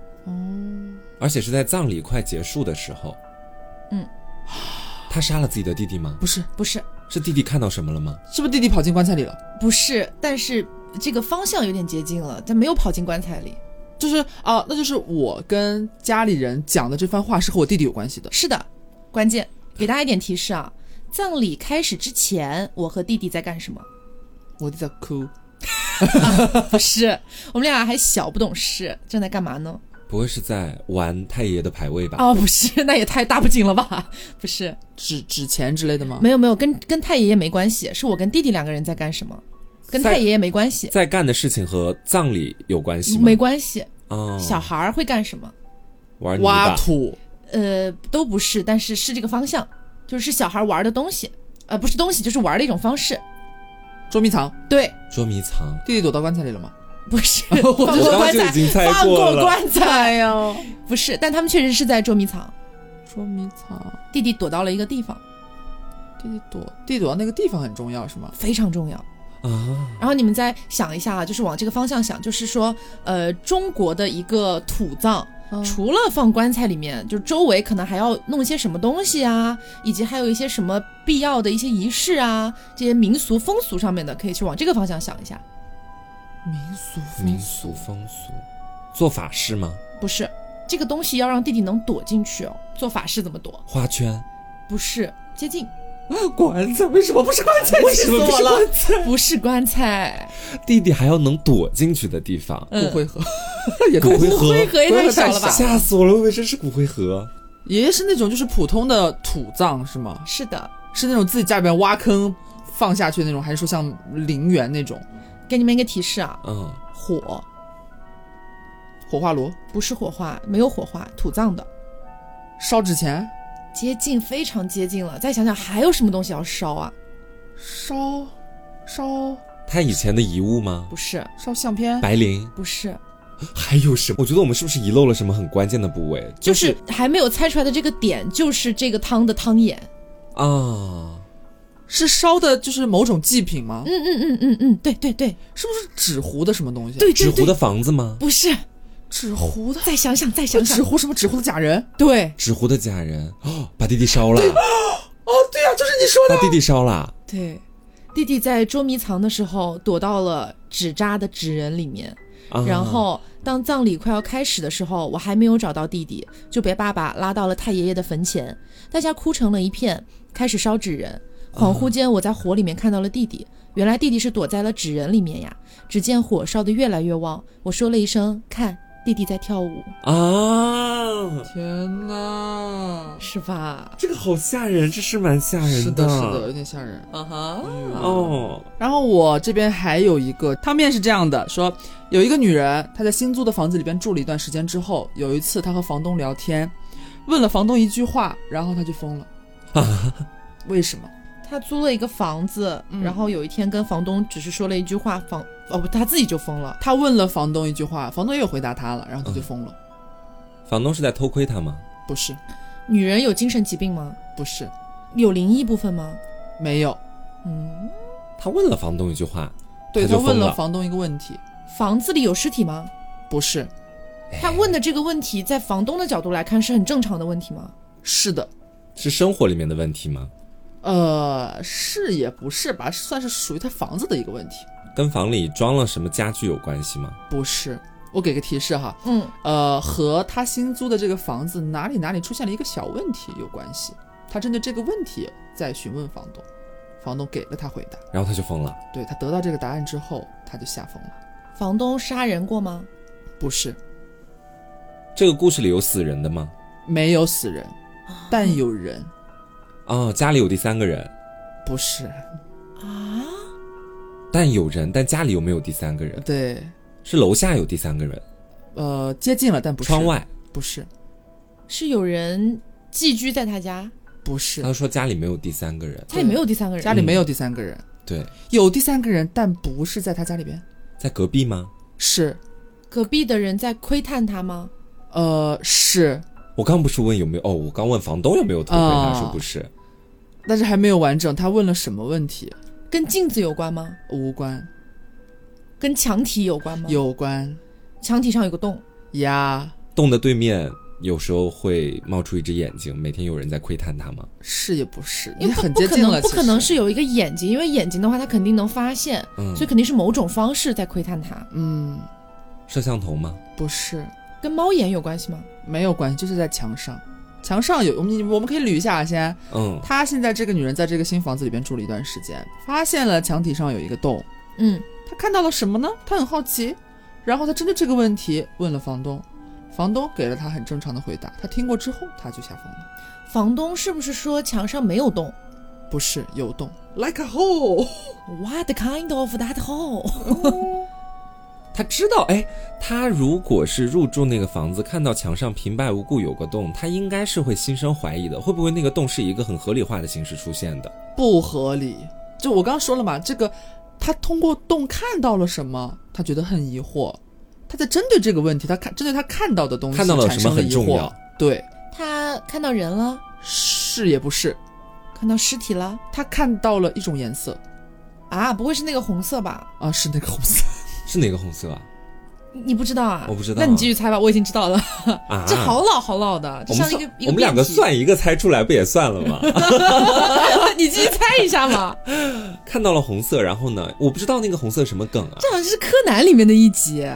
[SPEAKER 2] 而且是在葬礼快结束的时候。
[SPEAKER 1] 嗯，
[SPEAKER 2] 他杀了自己的弟弟吗？
[SPEAKER 3] 不是，
[SPEAKER 1] 不是，
[SPEAKER 2] 是弟弟看到什么了吗？
[SPEAKER 3] 是不是弟弟跑进棺材里了？
[SPEAKER 1] 不是，但是这个方向有点接近了，他没有跑进棺材里。
[SPEAKER 3] 就是啊，那就是我跟家里人讲的这番话是和我弟弟有关系的。
[SPEAKER 1] 是的，关键给大家一点提示啊，葬礼开始之前，我和弟弟在干什么？
[SPEAKER 3] 我弟在哭，
[SPEAKER 1] 不是，我们俩还小不懂事，正在干嘛呢？
[SPEAKER 2] 不会是在玩太爷爷的牌位吧？嗯
[SPEAKER 1] 哦，不是，那也太大不敬了吧？不是，
[SPEAKER 3] 纸纸钱之类的吗？
[SPEAKER 1] 没有没有，跟跟太爷爷没关系，是我跟弟弟两个人在干什么，跟太爷爷没关系，
[SPEAKER 2] 在干的事情和葬礼有关系吗？
[SPEAKER 1] 没关系。
[SPEAKER 2] 哦，
[SPEAKER 1] 小孩儿会干什么？
[SPEAKER 2] 玩泥
[SPEAKER 3] 挖
[SPEAKER 2] 巴，
[SPEAKER 3] 土，
[SPEAKER 1] 呃，都不是，但是是这个方向，就是小孩玩的东西，呃，不是东西，就是玩的一种方式。
[SPEAKER 3] 捉迷藏。
[SPEAKER 1] 对，
[SPEAKER 2] 捉迷藏。
[SPEAKER 3] 弟弟躲到棺材里了吗？
[SPEAKER 1] 不 是，放过
[SPEAKER 2] 刚
[SPEAKER 1] 棺
[SPEAKER 2] 就已
[SPEAKER 1] 材，
[SPEAKER 2] 经猜
[SPEAKER 1] 放
[SPEAKER 2] 过
[SPEAKER 1] 过
[SPEAKER 2] 了
[SPEAKER 1] 棺材，
[SPEAKER 3] 呀，
[SPEAKER 1] 不是，但他们确实是在捉迷藏，
[SPEAKER 3] 捉迷藏，
[SPEAKER 1] 弟弟躲到了一个地方，
[SPEAKER 3] 弟弟躲，弟弟躲到那个地方很重要是吗？
[SPEAKER 1] 非常重要。
[SPEAKER 2] 啊！
[SPEAKER 1] 然后你们再想一下啊，就是往这个方向想，就是说，呃，中国的一个土葬，
[SPEAKER 3] 嗯
[SPEAKER 1] 除了放棺材里面，就周围可能还要弄一些什么东西啊，以及还有一些什么必要的一些仪式啊，这些民俗风俗上面的，可以去往这个方向想一下。
[SPEAKER 3] 民俗
[SPEAKER 2] 民俗风俗，做法事吗？
[SPEAKER 1] 不是，这个东西要让弟弟能躲进去哦。做法事怎么躲？
[SPEAKER 2] 花圈？
[SPEAKER 1] 不是，接近，
[SPEAKER 2] 棺材？为什么不是棺材？为什么不是棺材？
[SPEAKER 1] 不是棺材，
[SPEAKER 2] 弟弟还要能躲进去的地方，
[SPEAKER 1] 嗯
[SPEAKER 3] 骨灰盒， 也
[SPEAKER 2] 骨灰
[SPEAKER 1] 呃
[SPEAKER 2] 盒啊
[SPEAKER 1] 灰盒也太小
[SPEAKER 3] 小
[SPEAKER 1] 了吧？
[SPEAKER 2] 吓死我了！我以为真是骨灰盒。
[SPEAKER 3] 爷爷是那种就是普通的土葬是吗？
[SPEAKER 1] 是的，
[SPEAKER 3] 是那种自己家里边挖坑放下去那种，还是说像陵园那种
[SPEAKER 1] 给你们一个提示啊，
[SPEAKER 2] 嗯，
[SPEAKER 1] 火
[SPEAKER 3] 火化炉
[SPEAKER 1] 不是火化，没有火化，土葬的。
[SPEAKER 3] 烧纸钱？
[SPEAKER 1] 接近，非常接近了。再想想还有什么东西要烧啊？
[SPEAKER 3] 烧烧
[SPEAKER 2] 他以前的遗物吗？
[SPEAKER 1] 不是，
[SPEAKER 3] 烧相片，
[SPEAKER 2] 白灵
[SPEAKER 1] 不是，
[SPEAKER 2] 还有什么？我觉得我们是不是遗漏了什么很关键的部位？
[SPEAKER 1] 就是是还没有猜出来的这个点，就是这个汤的汤眼。
[SPEAKER 2] 啊，
[SPEAKER 3] 是烧的就是某种祭品吗？
[SPEAKER 1] 嗯嗯嗯嗯嗯，对对对
[SPEAKER 3] 是不是纸糊的什么东西？，
[SPEAKER 1] 对
[SPEAKER 2] 纸
[SPEAKER 1] 对
[SPEAKER 2] 糊
[SPEAKER 1] 对，
[SPEAKER 2] 的房子吗？
[SPEAKER 1] 不是。
[SPEAKER 3] 纸糊的，
[SPEAKER 1] 再想想，再想
[SPEAKER 3] 纸
[SPEAKER 1] 想，
[SPEAKER 3] 糊什么纸糊的假人？
[SPEAKER 1] 对
[SPEAKER 2] 纸糊的假人哦，把弟弟烧了，
[SPEAKER 3] 哦，对呀、就是你说
[SPEAKER 2] 把弟弟烧了。
[SPEAKER 1] 对，弟弟在捉迷藏的时候躲到了纸扎的纸人里面。
[SPEAKER 2] 啊、
[SPEAKER 1] 然后当葬礼快要开始的时候，我还没有找到弟弟，就被爸爸拉到了太爷爷的坟前，大家哭成了一片，开始烧纸人。恍惚间，我在火里面看到了弟弟，原来弟弟是躲在了纸人里面呀。只见火烧得越来越旺，我说了一声：“看，弟弟在跳舞，
[SPEAKER 2] 啊，
[SPEAKER 3] 天哪！
[SPEAKER 1] 是吧
[SPEAKER 2] 这个好吓人，这是蛮吓人
[SPEAKER 3] 是
[SPEAKER 2] 的，
[SPEAKER 3] 的，是的，有点吓人。？”
[SPEAKER 1] 啊哈，
[SPEAKER 2] 哦，
[SPEAKER 3] 然后我这边还有一个汤面是这样的，说有一个女人，她在新租的房子里边住了一段时间之后，有一次她和房东聊天，问了房东一句话，然后她就疯了。 为什么？
[SPEAKER 1] 他租了一个房子，然后有一天跟房东只是说了一句话，房哦不，他自己就疯了。
[SPEAKER 3] 她问了房东一句话，房东也有回答她了，然后她就疯了。
[SPEAKER 2] 房东是在偷窥他吗？
[SPEAKER 3] 不是，
[SPEAKER 1] 女人有精神疾病吗？
[SPEAKER 3] 不是，
[SPEAKER 1] 有灵异部分吗？
[SPEAKER 3] 没有。
[SPEAKER 1] 嗯，
[SPEAKER 2] 他问了房东一句话，
[SPEAKER 3] 对
[SPEAKER 2] 她就
[SPEAKER 3] 她问
[SPEAKER 2] 疯
[SPEAKER 3] 了
[SPEAKER 2] 了
[SPEAKER 3] 房东一个问题，
[SPEAKER 1] 房子里有尸体吗？
[SPEAKER 3] 不是，
[SPEAKER 1] 他问的这个问题，在房东的角度来看是很正常的问题吗？
[SPEAKER 3] 是的，
[SPEAKER 2] 是生活里面的问题吗？
[SPEAKER 3] 呃，是也不是吧，算是属于她房子的一个问题，
[SPEAKER 2] 跟房里装了什么家具有关系吗？
[SPEAKER 3] 不是。我给个提示哈，
[SPEAKER 1] 嗯，
[SPEAKER 3] 呃，和他新租的这个房子哪里哪里出现了一个小问题有关系。他针对这个问题在询问房东，房东给了他回答。
[SPEAKER 2] 然后他就疯了，
[SPEAKER 3] 对他得到这个答案之后，他就吓疯了。
[SPEAKER 1] 房东杀人过吗？
[SPEAKER 3] 不是，
[SPEAKER 2] 这个故事里有死人的吗？
[SPEAKER 3] 没有死人，但有人。
[SPEAKER 2] 哦，家里有第三个人，
[SPEAKER 3] 不是，
[SPEAKER 1] 啊，
[SPEAKER 2] 但有人，但家里有没有第三个人？
[SPEAKER 3] 对，
[SPEAKER 2] 是楼下有第三个人，
[SPEAKER 3] 呃，接近了，但不是。
[SPEAKER 2] 窗外。
[SPEAKER 3] 不是，
[SPEAKER 1] 是有人寄居在他家，
[SPEAKER 3] 不是，
[SPEAKER 1] 嗯
[SPEAKER 2] 他说家里没有第三个人，
[SPEAKER 1] 家里没有第三个人，
[SPEAKER 3] 家里没有第三个人，
[SPEAKER 2] 对，
[SPEAKER 3] 有第三个人，但不是在他家里边。
[SPEAKER 2] 在隔壁吗？
[SPEAKER 3] 是，
[SPEAKER 1] 隔壁的人在窥探他吗？
[SPEAKER 3] 呃，是，
[SPEAKER 2] 我刚不是问有没有？哦，我刚问房东有没有偷窥，
[SPEAKER 3] 哦
[SPEAKER 2] 他说不是。
[SPEAKER 3] 但是还没有完整。他问了什么问题？
[SPEAKER 1] 跟镜子有关吗？
[SPEAKER 3] 无关，
[SPEAKER 1] 跟墙体有关吗？，
[SPEAKER 3] 有关
[SPEAKER 1] 墙体上有个洞，
[SPEAKER 3] 呀。
[SPEAKER 2] 洞的对面有时候会冒出一只眼睛，每天有人在窥探他吗？
[SPEAKER 3] 是也不是，
[SPEAKER 1] 因
[SPEAKER 3] 你
[SPEAKER 1] 为不
[SPEAKER 3] 很
[SPEAKER 1] 不
[SPEAKER 3] 接
[SPEAKER 1] 可
[SPEAKER 3] 近了，
[SPEAKER 1] 能不
[SPEAKER 3] 其
[SPEAKER 1] 可能
[SPEAKER 3] 实，
[SPEAKER 1] 是有一个眼睛，因为眼睛的话他肯定能发现，
[SPEAKER 2] 嗯
[SPEAKER 1] 所以肯定是某种方式在窥探他。
[SPEAKER 3] 嗯，
[SPEAKER 2] 摄像头吗？
[SPEAKER 3] 不是，
[SPEAKER 1] 跟猫眼有关系吗？
[SPEAKER 3] 没有关系，就是在墙上，墙上有我们我们可以捋一下啊，先，
[SPEAKER 2] 嗯，
[SPEAKER 3] 她现在这个女人在这个新房子里边住了一段时间，发现了墙体上有一个洞，
[SPEAKER 1] 嗯，
[SPEAKER 3] 她看到了什么呢？她很好奇，然后她针对这个问题问了房东，房东给了她很正常的回答，她听过之后她就吓疯了，
[SPEAKER 1] 房东是不是说墙上没有洞
[SPEAKER 3] 不是有洞，like a hole，
[SPEAKER 1] ？What kind of that hole？
[SPEAKER 2] 他知道，哎，他如果是入住那个房子，看到墙上平白无故有个洞，他应该是会心生怀疑的，会不会那个洞是以一个很合理化的形式出现的？
[SPEAKER 3] 不合理，就我刚刚说了嘛，这个他通过洞看到了什么，他觉得很疑惑，他在针对这个问题，他看针对他看到的东西
[SPEAKER 2] 看到了
[SPEAKER 3] 产
[SPEAKER 2] 什么
[SPEAKER 3] 生了
[SPEAKER 2] 很
[SPEAKER 3] 疑
[SPEAKER 2] 重
[SPEAKER 3] 惑
[SPEAKER 2] 要，？
[SPEAKER 3] 对，
[SPEAKER 1] 他看到人了，
[SPEAKER 3] 是也不是，
[SPEAKER 1] 看到尸体了
[SPEAKER 3] 他看到了一种颜色
[SPEAKER 1] 啊？不会是那个红色吧？
[SPEAKER 3] 啊，是那个红色，
[SPEAKER 2] 是哪个红色啊？
[SPEAKER 1] 你你不知道啊？
[SPEAKER 2] 我不知道啊
[SPEAKER 1] 那你继续猜吧，我已经知道了。
[SPEAKER 2] 啊，
[SPEAKER 1] 这好老好老的，这
[SPEAKER 2] 我
[SPEAKER 1] 像
[SPEAKER 2] 们
[SPEAKER 1] 一个
[SPEAKER 2] 算
[SPEAKER 1] 一
[SPEAKER 2] 我们两
[SPEAKER 1] 辩
[SPEAKER 2] 个
[SPEAKER 1] 题，
[SPEAKER 2] 算一个猜出来不也算了 吗？
[SPEAKER 1] 你继续猜一下嘛。
[SPEAKER 2] 看到了红色，然后呢？我不知道那个红色什么梗啊？
[SPEAKER 1] 这好像是柯南里面的一集，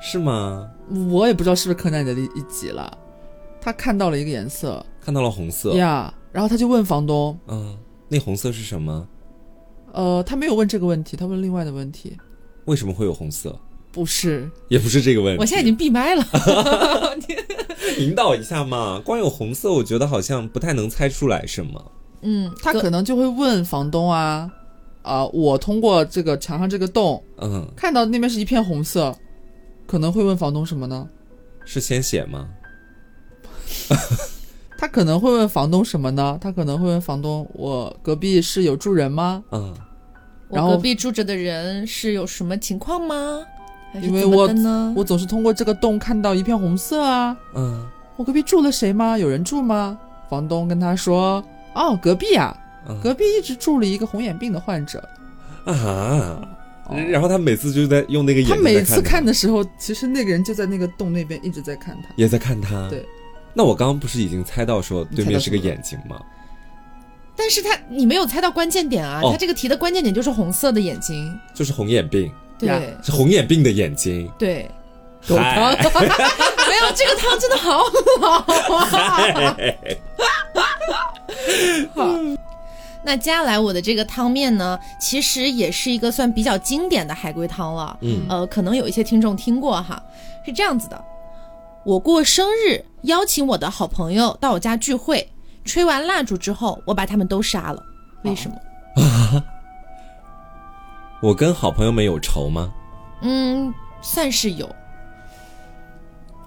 [SPEAKER 2] 是吗？
[SPEAKER 3] 我也不知道是不是柯南里的一集了，他看到了一个颜色
[SPEAKER 2] 看到了红色，
[SPEAKER 3] 呀然后他就问房东，
[SPEAKER 2] 嗯，那红色是什么？
[SPEAKER 3] 呃，他没有问这个问题，他问另外的问题，
[SPEAKER 2] 为什么会有红色？
[SPEAKER 3] 不是，
[SPEAKER 2] 也不是这个问题。
[SPEAKER 1] 我现在已经闭麦了。
[SPEAKER 2] 引导一下嘛，光有红色，我觉得好像不太能猜出来什么。
[SPEAKER 1] 嗯，
[SPEAKER 3] 他
[SPEAKER 1] 隔
[SPEAKER 3] 可能就会问房东啊。啊、我通过这个墙上这个洞，
[SPEAKER 2] 嗯，
[SPEAKER 3] 看到那边是一片红色，可能会问房东什么呢？
[SPEAKER 2] 是鲜血吗？
[SPEAKER 3] 他可能会问房东什么呢？他可能会问房东，我隔壁是有住人吗？
[SPEAKER 2] 嗯，
[SPEAKER 1] 我
[SPEAKER 3] 然后
[SPEAKER 1] 隔壁住着的人是有什么情况吗？还是
[SPEAKER 3] 因为
[SPEAKER 1] 怎么的呢？
[SPEAKER 3] 我总是通过这个洞看到一片红色啊。
[SPEAKER 2] 嗯
[SPEAKER 3] 我隔壁住了谁吗？有人住吗？房东跟他说，哦，隔壁啊，
[SPEAKER 2] 嗯
[SPEAKER 3] 隔壁一直住了一个红眼病的患者。
[SPEAKER 2] 啊，
[SPEAKER 3] 哦
[SPEAKER 2] 然后他每次就在用那个眼
[SPEAKER 3] 他
[SPEAKER 2] 睛
[SPEAKER 3] 每
[SPEAKER 2] 在
[SPEAKER 3] 次
[SPEAKER 2] 看
[SPEAKER 3] 看的时候，其实那个人就在那个洞那边一直在看他。
[SPEAKER 2] 也在看他。
[SPEAKER 3] 对，
[SPEAKER 2] 那我刚刚不是已经猜到说对面是个眼睛吗？
[SPEAKER 1] 但是他你没有猜到关键点啊，
[SPEAKER 2] 哦
[SPEAKER 1] 他这个题的关键点就是红色的眼睛，
[SPEAKER 2] 就是红眼病，
[SPEAKER 1] 对
[SPEAKER 3] 呀
[SPEAKER 2] 是红眼病的眼睛。
[SPEAKER 1] 对，
[SPEAKER 3] 狗
[SPEAKER 2] 嗨
[SPEAKER 3] 汤，
[SPEAKER 1] 没有这个汤真的好老啊。 好那接下来我的这个汤面呢，其实也是一个算比较经典的海龟汤了，
[SPEAKER 2] 嗯
[SPEAKER 1] 呃，可能有一些听众听过哈，是这样子的：我过生日，邀请我的好朋友到我家聚会，吹完蜡烛之后，我把他们都杀了，为什么？
[SPEAKER 2] 我跟好朋友们有仇吗？
[SPEAKER 1] 嗯，算是有，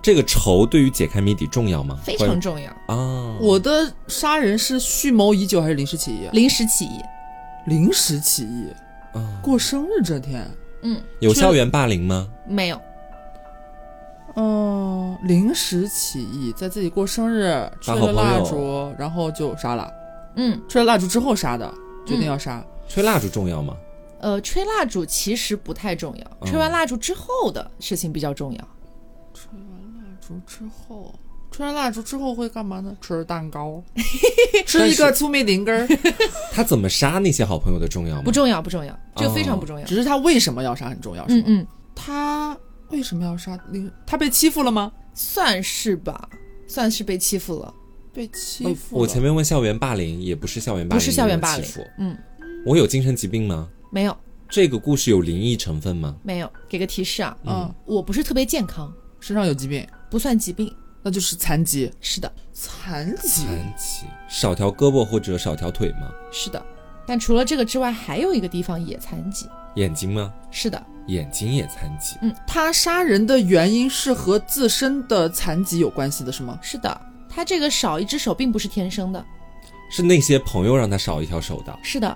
[SPEAKER 2] 这个仇对于解开谜底重要吗？
[SPEAKER 1] 非
[SPEAKER 2] 关
[SPEAKER 1] 常
[SPEAKER 2] 于
[SPEAKER 1] 重要，
[SPEAKER 2] 啊，
[SPEAKER 3] 我的杀人是蓄谋已久还是临时起啊意？
[SPEAKER 1] 临时起意。
[SPEAKER 3] 临时起意，
[SPEAKER 2] 啊
[SPEAKER 3] 过生日这天，
[SPEAKER 1] 嗯，
[SPEAKER 2] 有校园霸凌吗？
[SPEAKER 1] 没有，
[SPEAKER 3] 嗯、临时起意，在自己过生日吹
[SPEAKER 2] 好
[SPEAKER 3] 了
[SPEAKER 2] 朋
[SPEAKER 3] 蜡
[SPEAKER 2] 友
[SPEAKER 3] 烛，然后就杀了。
[SPEAKER 1] 嗯，
[SPEAKER 3] 吹了蜡烛之后杀的，决定要杀。
[SPEAKER 2] 吹蜡烛重要吗？
[SPEAKER 1] 呃，吹蜡烛其实不太重要，
[SPEAKER 2] 嗯
[SPEAKER 1] 吹完蜡烛之后的事情比较重要。
[SPEAKER 3] 蜡烛之后，吹完蜡烛之后会干嘛呢？吃蛋 糕，
[SPEAKER 2] 但
[SPEAKER 3] 吃
[SPEAKER 2] 是
[SPEAKER 3] 一个粗面林 根儿。
[SPEAKER 2] 他怎么杀那些好朋友的重要吗？
[SPEAKER 1] 不重要，不重要，这
[SPEAKER 2] 嗯
[SPEAKER 1] 个非常不重要。
[SPEAKER 3] 只是他为什么要杀很重要，是
[SPEAKER 1] 嗯
[SPEAKER 3] 吗？
[SPEAKER 1] 嗯，
[SPEAKER 3] 他为什么要杀？那他被欺负了吗？
[SPEAKER 1] 算是吧，算是被欺负了，
[SPEAKER 3] 被欺负了。
[SPEAKER 2] 我前面问校园霸凌，也不是校园霸凌，
[SPEAKER 1] 不是校园霸
[SPEAKER 2] 也没有
[SPEAKER 1] 凌
[SPEAKER 2] 欺负。
[SPEAKER 1] 嗯，
[SPEAKER 2] 我有精神疾病吗？
[SPEAKER 1] 没有
[SPEAKER 2] 这个故事有灵异成分吗？
[SPEAKER 1] 没有，给个提示啊，
[SPEAKER 3] 嗯，
[SPEAKER 1] 我不是特别健康，
[SPEAKER 3] 身上有疾病，
[SPEAKER 1] 不算疾病。
[SPEAKER 3] 那就是残疾。
[SPEAKER 1] 是的，
[SPEAKER 3] 残疾
[SPEAKER 2] 残疾，少条胳膊或者少条腿吗？
[SPEAKER 1] 是的，但除了这个之外，还有一个地方也残疾。
[SPEAKER 2] 眼睛吗？
[SPEAKER 1] 是的，
[SPEAKER 2] 眼睛也残疾，
[SPEAKER 3] 他杀人的原因是和自身的残疾有关系的，是吗？
[SPEAKER 1] 是的，他这个少一只手并不是天生的。
[SPEAKER 2] 是那些朋友让他少一条手的，
[SPEAKER 1] 是的，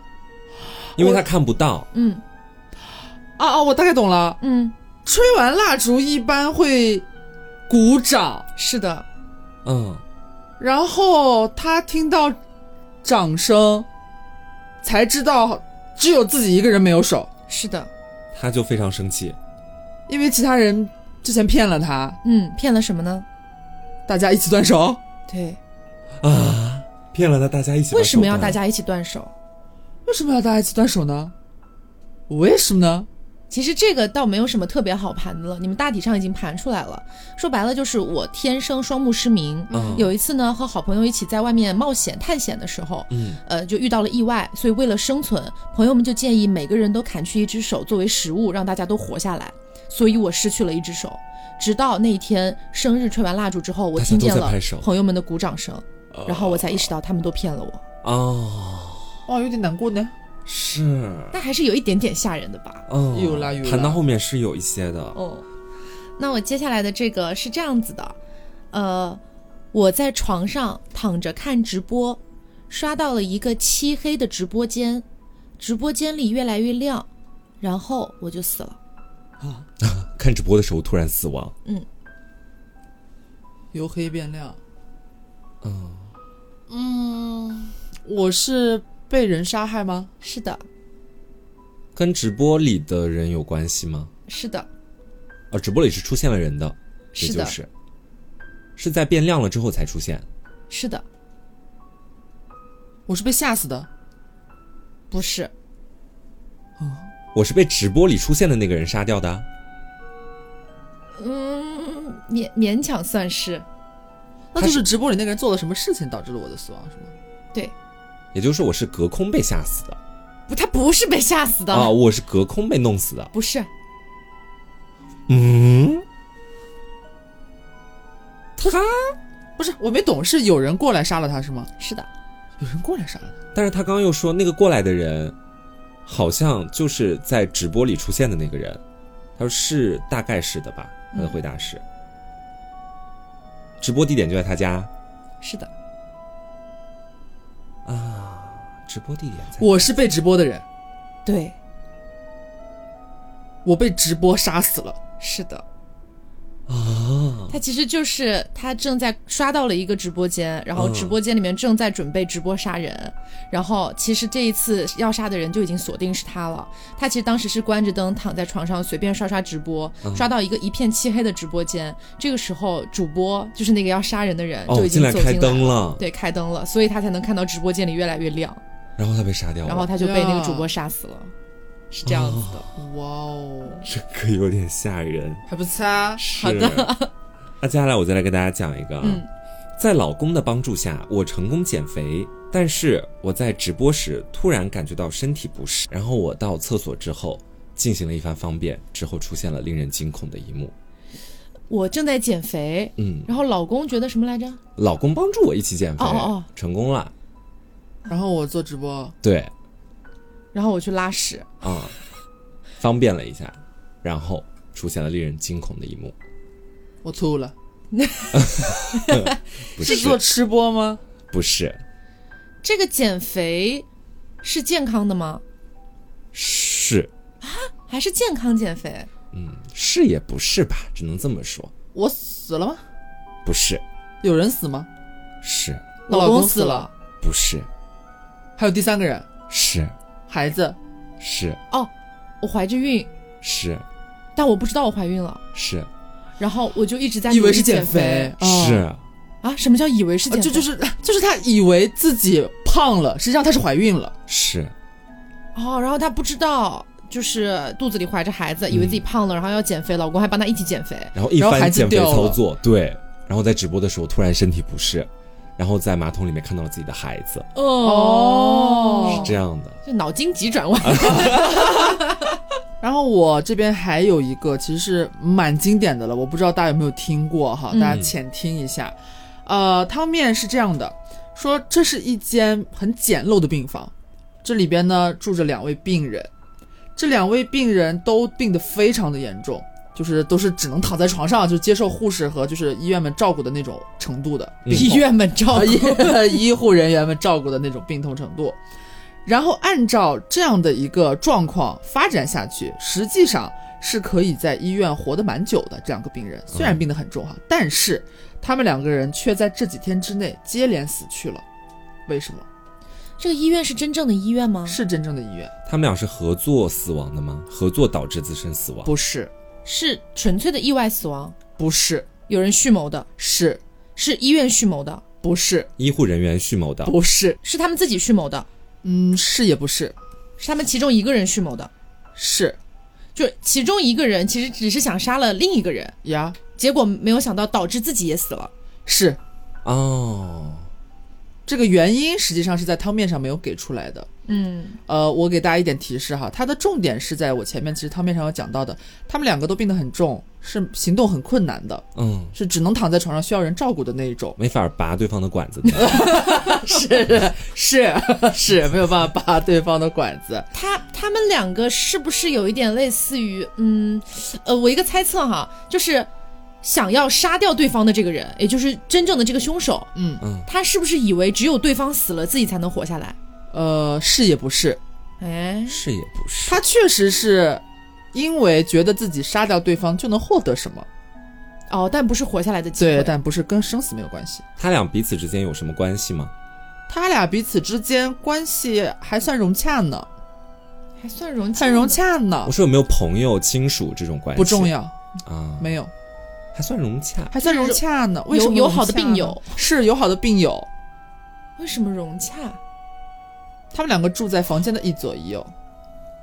[SPEAKER 2] 因为他看不到。
[SPEAKER 1] 嗯
[SPEAKER 3] 啊啊，我大概懂了。
[SPEAKER 1] 嗯，
[SPEAKER 3] 吹完蜡烛一般会鼓掌，
[SPEAKER 1] 是的，
[SPEAKER 2] 嗯，
[SPEAKER 3] 然后他听到掌声，才知道只有自己一个人没有手，
[SPEAKER 1] 是的，
[SPEAKER 2] 他就非常生气。
[SPEAKER 3] 因为其他人之前骗了他，
[SPEAKER 1] 嗯，骗了什么呢？
[SPEAKER 3] 大家一起断手。
[SPEAKER 1] 对，
[SPEAKER 2] 啊，骗了他，大家一起
[SPEAKER 1] 为什么要
[SPEAKER 2] 把手
[SPEAKER 1] 大
[SPEAKER 2] 断
[SPEAKER 1] 家一起断手？
[SPEAKER 3] 为什么要大家一起断手呢？为什么呢？
[SPEAKER 1] 其实这个倒没有什么特别好盘的了，你们大体上已经盘出来了。说白了就是我天生双目失明。
[SPEAKER 2] 嗯
[SPEAKER 1] 有一次呢，和好朋友一起在外面冒险探险的时候，
[SPEAKER 2] 嗯，
[SPEAKER 1] 呃，就遇到了意外，所以为了生存，朋友们就建议每个人都砍去一只手作为食物，让大家都活下来。所以我失去了一只手，直到那一天生日吹完蜡烛之后，我
[SPEAKER 2] 大家
[SPEAKER 1] 听见
[SPEAKER 2] 都在
[SPEAKER 1] 了
[SPEAKER 2] 拍手
[SPEAKER 1] 朋友们的鼓掌声，然后我才意识到他们都骗了我。
[SPEAKER 2] 哦，
[SPEAKER 3] 哇，有点难过呢。
[SPEAKER 2] 是，
[SPEAKER 1] 但还是有一点点吓人的吧？
[SPEAKER 2] 嗯，
[SPEAKER 3] 有啦有啦
[SPEAKER 2] 谈到后面是有一些的，
[SPEAKER 1] 哦，那我接下来的这个是这样子的，呃，我在床上躺着看直播，刷到了一个漆黑的直播间，直播间里越来越亮，然后我就死了。
[SPEAKER 3] 啊
[SPEAKER 2] 看直播的时候突然死亡，
[SPEAKER 3] 由黑变亮。
[SPEAKER 2] 嗯，
[SPEAKER 3] 嗯，我是被人杀害吗？
[SPEAKER 1] 是的，
[SPEAKER 2] 跟直播里的人有关系吗？
[SPEAKER 1] 是的，
[SPEAKER 2] 啊，直播里是出现了人的，也
[SPEAKER 1] 是
[SPEAKER 2] 就
[SPEAKER 1] 的，
[SPEAKER 2] 是是在变亮了之后才出现。
[SPEAKER 1] 是的，
[SPEAKER 3] 我是被吓死的。
[SPEAKER 1] 不是，
[SPEAKER 2] 我是被直播里出现的那个人杀掉的啊，
[SPEAKER 1] 嗯，勉勉强算是，
[SPEAKER 3] 那就是直播里那个人做了什么事情导致了我的死亡，是吗？
[SPEAKER 1] 对，
[SPEAKER 2] 也就是说我是隔空被吓死的
[SPEAKER 1] 不，他不是被吓死的，
[SPEAKER 2] 啊，我是隔空被弄死的。
[SPEAKER 1] 不是，
[SPEAKER 2] 嗯，他，
[SPEAKER 3] 不是，我没懂，是有人过来杀了他，是吗？
[SPEAKER 1] 是的，
[SPEAKER 3] 有人过来杀了他，
[SPEAKER 2] 但是他刚刚又说那个过来的人，好像就是在直播里出现的那个人。他说是，大概是的吧。
[SPEAKER 1] 嗯
[SPEAKER 2] 他的回答是，直播地点就在他家。
[SPEAKER 1] 是的，
[SPEAKER 2] 直播地点在
[SPEAKER 3] 我是被直播的人，
[SPEAKER 1] 对，
[SPEAKER 3] 我被直播杀死了。
[SPEAKER 1] 是的，
[SPEAKER 2] 啊，
[SPEAKER 1] 他其实就是他正在刷到了一个直播间，然
[SPEAKER 2] 嗯
[SPEAKER 1] 后直播间里面正在准备直播杀人，然后其实这一次要杀的人就已经锁定是他了。他其实当时是关着灯躺在床上随便刷刷直播，
[SPEAKER 2] 嗯
[SPEAKER 1] 刷到一个一片漆黑的直播间，这个时候主播就是那个要杀人的人就
[SPEAKER 2] 哦，
[SPEAKER 1] 已经
[SPEAKER 2] 进来
[SPEAKER 1] 走进
[SPEAKER 2] 开灯
[SPEAKER 1] 了。
[SPEAKER 2] 了，
[SPEAKER 1] 对，开灯了，所以他才能看到直播间里越来越亮，
[SPEAKER 2] 然后他被杀掉了，
[SPEAKER 1] 然后他就被那个主播杀死了，是这样子的。
[SPEAKER 3] 哇哦，
[SPEAKER 2] 这个有点吓人。
[SPEAKER 3] 还不错啊！
[SPEAKER 2] 好的，那接下来我再来给大家讲一个啊，
[SPEAKER 1] 嗯
[SPEAKER 2] 在老公的帮助下，我成功减肥，但是我在直播时突然感觉到身体不适，然后我到厕所之后进行了一番方便，之后出现了令人惊恐的一幕。
[SPEAKER 1] 我正在减肥，
[SPEAKER 2] 嗯，
[SPEAKER 1] 然后老公觉得什么来着？
[SPEAKER 2] 老公帮助我一起减肥，
[SPEAKER 1] 哦哦哦
[SPEAKER 2] 成功了。
[SPEAKER 3] 然后我做直播，
[SPEAKER 2] 对，
[SPEAKER 1] 然后我去拉屎，
[SPEAKER 2] 啊、方便了一下，然后出现了令人惊恐的一幕。
[SPEAKER 3] 我吐了。
[SPEAKER 2] 不
[SPEAKER 3] 是
[SPEAKER 2] 是，
[SPEAKER 3] 做吃播吗？
[SPEAKER 2] 不是，
[SPEAKER 1] 这个减肥是健康的吗？
[SPEAKER 2] 是，
[SPEAKER 1] 还是健康减肥？
[SPEAKER 2] 嗯，是也不是吧，只能这么说，
[SPEAKER 3] 我死了吗？
[SPEAKER 2] 不是，
[SPEAKER 3] 有人死吗？
[SPEAKER 2] 是
[SPEAKER 3] 我
[SPEAKER 1] 老公
[SPEAKER 3] 公
[SPEAKER 1] 死
[SPEAKER 3] 了，
[SPEAKER 2] 不是，
[SPEAKER 3] 还有第三个人，
[SPEAKER 2] 是
[SPEAKER 3] 孩子，
[SPEAKER 2] 是
[SPEAKER 1] 哦，我怀着孕，
[SPEAKER 2] 是
[SPEAKER 1] 但我不知道我怀孕了，
[SPEAKER 2] 是
[SPEAKER 1] 然后我就一直在
[SPEAKER 3] 以
[SPEAKER 1] 努
[SPEAKER 3] 为
[SPEAKER 1] 力
[SPEAKER 3] 是
[SPEAKER 1] 减
[SPEAKER 3] 肥，哦
[SPEAKER 2] 是，
[SPEAKER 1] 啊？什么叫以为是
[SPEAKER 3] 啊
[SPEAKER 1] 减肥？
[SPEAKER 3] 就就是 就是她以为自己胖了，实际上她是怀孕了。
[SPEAKER 2] 是
[SPEAKER 1] 哦，然后她不知道。就是肚子里怀着孩
[SPEAKER 3] 嗯
[SPEAKER 1] 子，以为自己胖了，然后要减肥，老公还帮她一起减肥。
[SPEAKER 2] 然后一
[SPEAKER 3] 然后
[SPEAKER 2] 番
[SPEAKER 3] 孩子
[SPEAKER 2] 减肥
[SPEAKER 3] 掉了
[SPEAKER 2] 操作，对，然后在直播的时候突然身体不适，然后在马桶里面看到了自己的孩子，
[SPEAKER 3] 哦
[SPEAKER 2] 是这样的，
[SPEAKER 1] 这脑筋急转弯。
[SPEAKER 3] 啊然后我这边还有一个，其实是蛮经典的了，我不知道大家有没有听过哈，
[SPEAKER 1] 嗯
[SPEAKER 3] 大家浅听一下。呃，汤面是这样的，说这是一间很简陋的病房，这里边呢住着两位病人，这两位病人都病得非常的严重，就是都是只能躺在床上，就接受护士和就是医院们照顾的那种程度的
[SPEAKER 2] 嗯
[SPEAKER 3] 病痛
[SPEAKER 1] 医院们照
[SPEAKER 3] 呃
[SPEAKER 1] 顾
[SPEAKER 3] 医医护人员们照顾的那种病痛程度。然后按照这样的一个状况发展下去，实际上是可以在医院活得蛮久的。这两个病人虽然病得很重哈，但是他们两个人却在这几天之内接连死去了。为什么？
[SPEAKER 1] 这个医院是真正的医院吗？
[SPEAKER 3] 是真正的医院，
[SPEAKER 2] 他们俩是合作死亡的吗？合作导致自身死亡？
[SPEAKER 3] 不是，
[SPEAKER 1] 是纯粹的意外死亡，
[SPEAKER 3] 不是，
[SPEAKER 1] 有人蓄谋的，
[SPEAKER 3] 是
[SPEAKER 1] 是医院蓄谋的，
[SPEAKER 3] 不是，
[SPEAKER 2] 医护人员蓄谋的，
[SPEAKER 3] 不是，
[SPEAKER 1] 是他们自己蓄谋的，
[SPEAKER 3] 嗯，是也不是，
[SPEAKER 1] 是他们其中一个人蓄谋的，
[SPEAKER 3] 是
[SPEAKER 1] 就是其中一个人其实只是想杀了另一个人，
[SPEAKER 3] 呀，
[SPEAKER 1] 结果没有想到导致自己也死了。
[SPEAKER 3] 是
[SPEAKER 2] 哦，
[SPEAKER 3] 这个原因实际上是在汤面上没有给出来的。
[SPEAKER 1] 嗯
[SPEAKER 3] 呃，我给大家一点提示哈，它的重点是在我前面其实汤面上有讲到的，他们两个都病得很重，是行动很困难的，
[SPEAKER 2] 嗯，。
[SPEAKER 3] 是只能躺在床上需要人照顾的那一种
[SPEAKER 2] 没法拔对方的管子的，
[SPEAKER 3] 是是是，没有办法拔对方的管子。
[SPEAKER 1] 他他们两个是不是有一点类似于，嗯，呃，我一个猜测哈，就是想要杀掉对方的这个人，也就是真正的这个凶手，
[SPEAKER 3] 嗯，
[SPEAKER 2] 嗯，
[SPEAKER 1] 他是不是以为只有对方死了，自己才能活下来？
[SPEAKER 3] 呃，是也不是，
[SPEAKER 1] 哎，
[SPEAKER 2] 是也不是，
[SPEAKER 3] 他确实是因为觉得自己杀掉对方就能获得什么，
[SPEAKER 1] 哦，但不是活下来的机
[SPEAKER 3] 对，
[SPEAKER 1] 会。
[SPEAKER 3] 但不是跟生死没有关系。
[SPEAKER 2] 他俩彼此之间有什么关系吗？
[SPEAKER 3] 他俩彼此之间关系还算融洽呢，
[SPEAKER 1] 还算融洽，
[SPEAKER 3] 很融。洽呢
[SPEAKER 2] 我，说有没有朋友、亲属这种关系？
[SPEAKER 3] 不重要，
[SPEAKER 2] 啊，
[SPEAKER 3] 没有。
[SPEAKER 2] 还算融洽。
[SPEAKER 3] 还算融洽呢。为
[SPEAKER 1] 有
[SPEAKER 3] 什么
[SPEAKER 1] 有
[SPEAKER 3] 融洽
[SPEAKER 1] 好的病
[SPEAKER 3] 呢
[SPEAKER 1] 友
[SPEAKER 3] 是友好的病友，
[SPEAKER 1] 为什么融洽？
[SPEAKER 3] 他们两个住在房间的一左一右，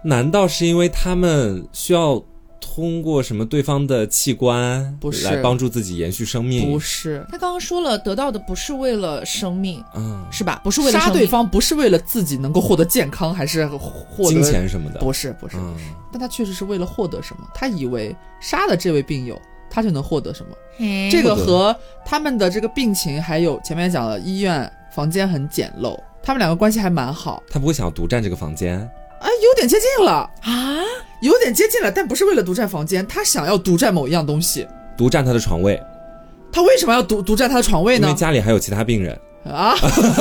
[SPEAKER 2] 难道是因为他们需要通过什么对方的器官
[SPEAKER 3] 不是
[SPEAKER 2] 来帮助自己延续生命？
[SPEAKER 3] 不
[SPEAKER 2] 是，
[SPEAKER 3] 是
[SPEAKER 1] 他刚刚说了，得到的不是为了生命，
[SPEAKER 2] 嗯，
[SPEAKER 1] 是吧？不是为了
[SPEAKER 3] 杀
[SPEAKER 1] 生
[SPEAKER 3] 对
[SPEAKER 1] 命，
[SPEAKER 3] 方，不是为了自己能够获得健康，还是获得
[SPEAKER 2] 金，钱什么的，
[SPEAKER 3] 不是不是，
[SPEAKER 2] 嗯，
[SPEAKER 3] 但他确实是为了获得什么，他以为杀了这位病友。他就能获得什么？
[SPEAKER 1] 嘿
[SPEAKER 3] 这个
[SPEAKER 2] 获得
[SPEAKER 3] 和他们的这个病情，还有前面讲的医院房间很简陋，他们两个关系还蛮好，
[SPEAKER 2] 他不会想要独占这个房间，
[SPEAKER 3] 哎，有点接近了，
[SPEAKER 1] 啊，
[SPEAKER 3] 有点接近了，但不是为了独占房间，他想要独占某一样东西，
[SPEAKER 2] 独占他的床位，
[SPEAKER 3] 他为什么要独独占他的床位
[SPEAKER 2] 因
[SPEAKER 3] 呢
[SPEAKER 2] 为？家里还有其他病人。
[SPEAKER 3] 啊，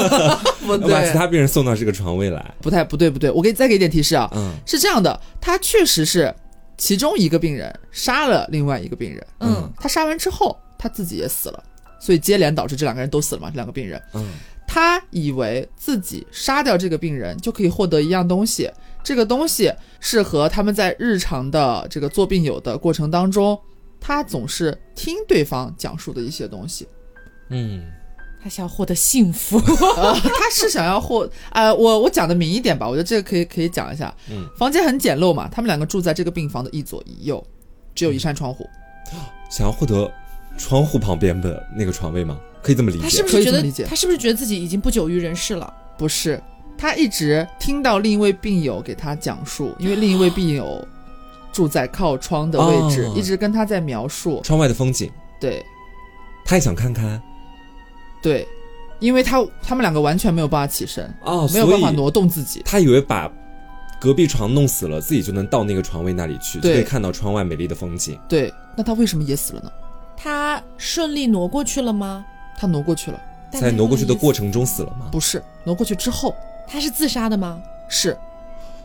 [SPEAKER 3] 不
[SPEAKER 2] 要把其
[SPEAKER 3] 对，
[SPEAKER 2] 他病人送到这个床位来。
[SPEAKER 3] 不太不对不对，我给再给一点提示啊，
[SPEAKER 2] 嗯
[SPEAKER 3] 是这样的，他确实是其中一个病人杀了另外一个病人，
[SPEAKER 1] 嗯
[SPEAKER 3] 他杀完之后他自己也死了，所以接连导致这两个人都死了嘛，这两个病人。
[SPEAKER 2] 嗯
[SPEAKER 3] 他以为自己杀掉这个病人就可以获得一样东西，这个东西是和他们在日常的这个做病友的过程当中，他总是听对方讲述的一些东西。
[SPEAKER 2] 嗯，
[SPEAKER 1] 他想获得幸福，
[SPEAKER 3] 呃，他是想要获， 呃，我我讲的明一点吧，我觉得这个可以可以讲一下。
[SPEAKER 2] 嗯，
[SPEAKER 3] 房间很简陋嘛，他们两个住在这个病房的一左一右，只有一扇窗户。
[SPEAKER 2] 想要获得窗户旁边的那个床位吗？可以这么理
[SPEAKER 1] 他是
[SPEAKER 2] 解
[SPEAKER 1] 不？
[SPEAKER 3] 可
[SPEAKER 1] 是觉
[SPEAKER 3] 以这么
[SPEAKER 1] 得
[SPEAKER 3] 理解
[SPEAKER 1] 他是不是觉得自己已经不久于人世了？
[SPEAKER 3] 不是，他一直听到另一位病友给他讲述，因为另一位病友住在靠窗的位置，
[SPEAKER 2] 哦
[SPEAKER 3] 一直跟他在描述。
[SPEAKER 2] 窗外的风景，
[SPEAKER 3] 对
[SPEAKER 2] 他也想看看
[SPEAKER 3] 对，因为他他们两个完全没有办法起身，
[SPEAKER 2] 哦，
[SPEAKER 3] 没有
[SPEAKER 2] 所
[SPEAKER 3] 办
[SPEAKER 2] 以
[SPEAKER 3] 法挪动自己。
[SPEAKER 2] 他以为把隔壁床弄死了，自己就能到那个床位那里去，就
[SPEAKER 3] 对
[SPEAKER 2] 可以看到窗外美丽的风景。
[SPEAKER 3] 对，那他为什么也死了呢？
[SPEAKER 1] 他顺利挪过去了吗？
[SPEAKER 3] 他挪过去了，
[SPEAKER 1] 但
[SPEAKER 2] 在
[SPEAKER 1] 没
[SPEAKER 2] 挪过
[SPEAKER 1] 有
[SPEAKER 2] 去的
[SPEAKER 1] 意思
[SPEAKER 2] 过程中死了吗？
[SPEAKER 3] 不是挪过去之后
[SPEAKER 1] 他是自杀的吗？
[SPEAKER 3] 是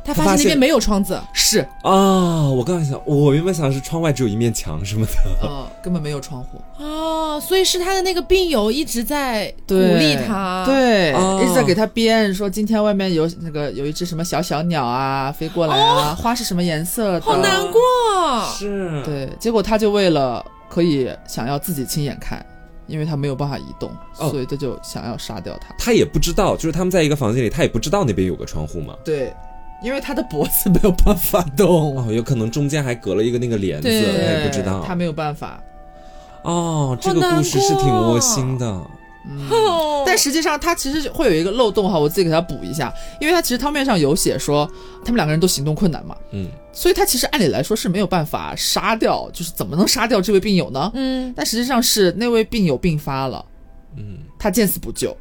[SPEAKER 1] 他
[SPEAKER 2] 他
[SPEAKER 1] 发现
[SPEAKER 2] 发
[SPEAKER 1] 那
[SPEAKER 2] 现
[SPEAKER 1] 边没有窗子，
[SPEAKER 3] 是
[SPEAKER 2] 啊、我刚才想，我原本想是窗外只有一面墙什么的。
[SPEAKER 3] 呃根本没有窗户。
[SPEAKER 1] 哦，所以是他的那个病友一直在鼓励他，，
[SPEAKER 3] 对，
[SPEAKER 2] 哦
[SPEAKER 3] 一直在给他编说今天外面有那个有一只什么小小鸟啊飞过来啊，花是什么颜色的？
[SPEAKER 1] 好难过。
[SPEAKER 2] 是，
[SPEAKER 3] 啊对，结果他就为了可以想要自己亲眼看，因为他没有办法移动，
[SPEAKER 2] 哦
[SPEAKER 3] 所以他就想要杀掉他。
[SPEAKER 2] 他也不知道，就是他们在一个房间里，他也不知道那边有个窗户 嘛。
[SPEAKER 3] 对，因为他的脖子没有办法动，
[SPEAKER 2] 哦，有可能中间还隔了一个那个帘子，
[SPEAKER 1] 对
[SPEAKER 2] 他哎也不知道。
[SPEAKER 3] 他没有办法。
[SPEAKER 2] 哦，这个
[SPEAKER 1] 好难
[SPEAKER 2] 故事是挺
[SPEAKER 1] 过
[SPEAKER 2] 窝心的。
[SPEAKER 1] 哦
[SPEAKER 3] 但实际上，他其实会有一个漏洞哈，我自己给他补一下，因为他其实汤面上有写说他们两个人都行动困难嘛，
[SPEAKER 2] 嗯，
[SPEAKER 3] 所以他其实按理来说是没有办法杀掉，就是怎么能杀掉这位病友呢？
[SPEAKER 1] 嗯，
[SPEAKER 3] 但实际上是那位病友病发了，
[SPEAKER 2] 嗯，
[SPEAKER 3] 他见死不救，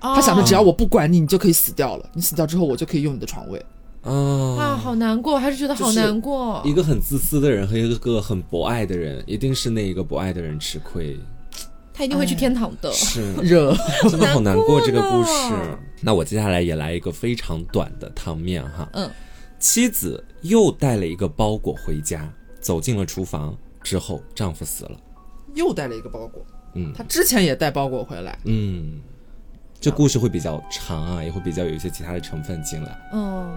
[SPEAKER 1] 他
[SPEAKER 3] 他想
[SPEAKER 1] 哦
[SPEAKER 3] 着只要我不管你，你就可以死掉了，你死掉之后我就可以用你的床位。
[SPEAKER 1] 啊，
[SPEAKER 2] 啊，
[SPEAKER 1] 好难过，还是觉得好难过。
[SPEAKER 2] 一个很自私的人和一个很博爱的人，一定是那一个博爱的人吃亏。
[SPEAKER 1] 他一定会去天堂的。
[SPEAKER 2] 是，
[SPEAKER 3] 热，
[SPEAKER 2] 真 的好难过这个
[SPEAKER 1] 好
[SPEAKER 2] 故
[SPEAKER 1] 难
[SPEAKER 2] 事
[SPEAKER 1] 过。
[SPEAKER 2] 那我接下来也来一个非常短的汤面哈。
[SPEAKER 1] 嗯，
[SPEAKER 2] 妻子又带了一个包裹回家，走进了厨房之后，丈夫死了。
[SPEAKER 3] 又带了一个包裹。
[SPEAKER 2] 嗯
[SPEAKER 3] 他之前也带包裹回来，
[SPEAKER 2] 嗯，这故事会比较长啊，也会比较有一些其他的成分进来。
[SPEAKER 1] 嗯，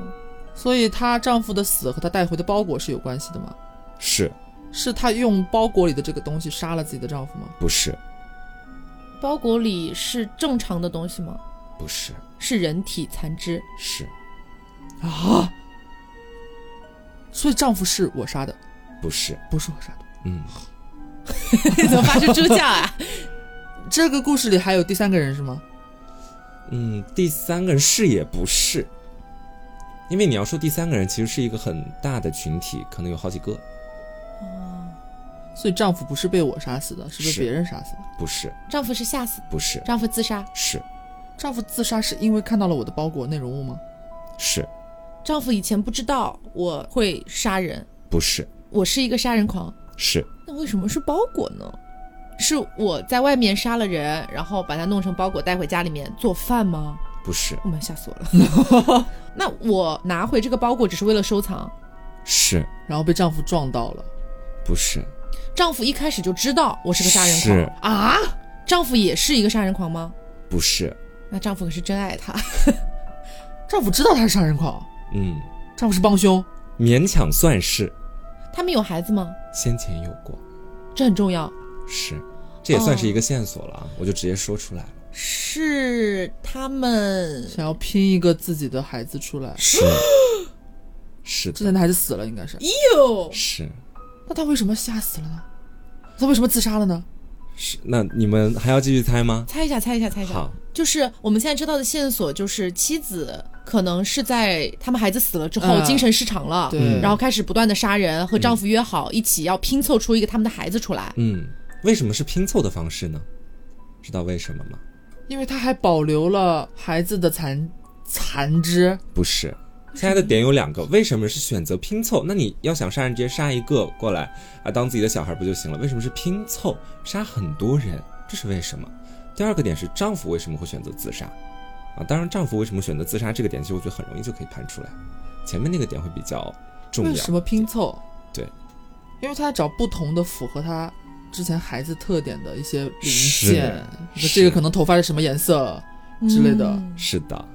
[SPEAKER 3] 所以她丈夫的死和她带回的包裹是有关系的吗？
[SPEAKER 2] 是
[SPEAKER 3] 是她用包裹里的这个东西杀了自己的丈夫吗？
[SPEAKER 2] 不是？
[SPEAKER 1] 包裹里是正常的东西吗？
[SPEAKER 2] 不是，
[SPEAKER 1] 是人体残肢，
[SPEAKER 2] 是
[SPEAKER 3] 啊！所以丈夫是我杀的，
[SPEAKER 2] 不是？
[SPEAKER 3] 不是我杀的。
[SPEAKER 2] 嗯，
[SPEAKER 1] 怎么发出猪叫啊？
[SPEAKER 3] 这个故事里还有第三个人是吗？
[SPEAKER 2] 嗯，第三个人是也不是，因为你要说第三个人，其实是一个很大的群体，可能有好几个。
[SPEAKER 3] 所以丈夫不是被我杀死的，是被
[SPEAKER 2] 是
[SPEAKER 3] 别人杀死的。
[SPEAKER 2] 不是，
[SPEAKER 1] 丈夫是吓死，
[SPEAKER 2] 不是，
[SPEAKER 1] 丈夫自杀，
[SPEAKER 2] 是
[SPEAKER 3] 丈夫自杀是因为看到了我的包裹内容物吗？
[SPEAKER 2] 是，
[SPEAKER 1] 丈夫以前不知道我会杀人，
[SPEAKER 2] 不是
[SPEAKER 1] 我是一个杀人狂。
[SPEAKER 2] 是
[SPEAKER 1] 那为什么是包裹呢？是我在外面杀了人，然后把它弄成包裹带回家里面做饭吗？
[SPEAKER 2] 不是
[SPEAKER 1] 我妈吓死我了！ 那我拿回这个包裹只是为了收藏。
[SPEAKER 2] 是
[SPEAKER 3] 然后被丈夫撞到了
[SPEAKER 2] 不是
[SPEAKER 1] 丈夫一开始就知道我是个杀人狂，
[SPEAKER 2] 是
[SPEAKER 3] 啊！
[SPEAKER 1] 丈夫也是一个杀人狂吗？
[SPEAKER 2] 不是？
[SPEAKER 1] 那丈夫可是真爱她。
[SPEAKER 3] 丈夫知道他是杀人狂，
[SPEAKER 2] 嗯，
[SPEAKER 3] 丈夫是帮凶，
[SPEAKER 2] 勉强算是，
[SPEAKER 1] 他们有孩子吗？
[SPEAKER 2] 先前有过，
[SPEAKER 1] 这很重要。
[SPEAKER 2] 是，这也算是一个线索了啊，我就直接说出来了。
[SPEAKER 1] 是他们
[SPEAKER 3] 想要拼一个自己的孩子出来。
[SPEAKER 2] 是是
[SPEAKER 3] 之
[SPEAKER 2] 的，
[SPEAKER 3] 前的孩子死了，应该是。
[SPEAKER 1] 哟，
[SPEAKER 2] 是
[SPEAKER 3] 那他为什么吓死了呢？他为什么自杀了呢？
[SPEAKER 2] 是。那你们还要继续猜吗？
[SPEAKER 1] 猜一下，猜一下，猜一下。
[SPEAKER 2] 好，
[SPEAKER 1] 就是我们现在知道的线索，就是妻子可能是在他们孩子死了之后
[SPEAKER 3] 嗯
[SPEAKER 1] 精神失常了，
[SPEAKER 3] 对
[SPEAKER 1] 然后开始不断的杀人，和丈夫约好一起要拼凑出一个他们的孩子出来。
[SPEAKER 2] 嗯，为什么是拼凑的方式呢？知道为什么吗？
[SPEAKER 3] 因为他还保留了孩子的残残肢，
[SPEAKER 2] 不是。现在的点有两个，为什么是选择拼凑？那你要想杀人，直接杀一个过来啊，当自己的小孩不就行了？为什么是拼凑，杀很多人？这是为什么？第二个点是丈夫为什么会选择自杀，啊，当然丈夫为什么选择自杀这个点，其实我觉得很容易就可以看出来，前面那个点会比较重要。
[SPEAKER 3] 为什么拼凑？
[SPEAKER 2] 对，
[SPEAKER 3] 因为他在找不同的符合他之前孩子特点的一些零件，
[SPEAKER 2] 是
[SPEAKER 3] 这个可能头发是什么颜色之类的。
[SPEAKER 1] 嗯
[SPEAKER 2] 是的，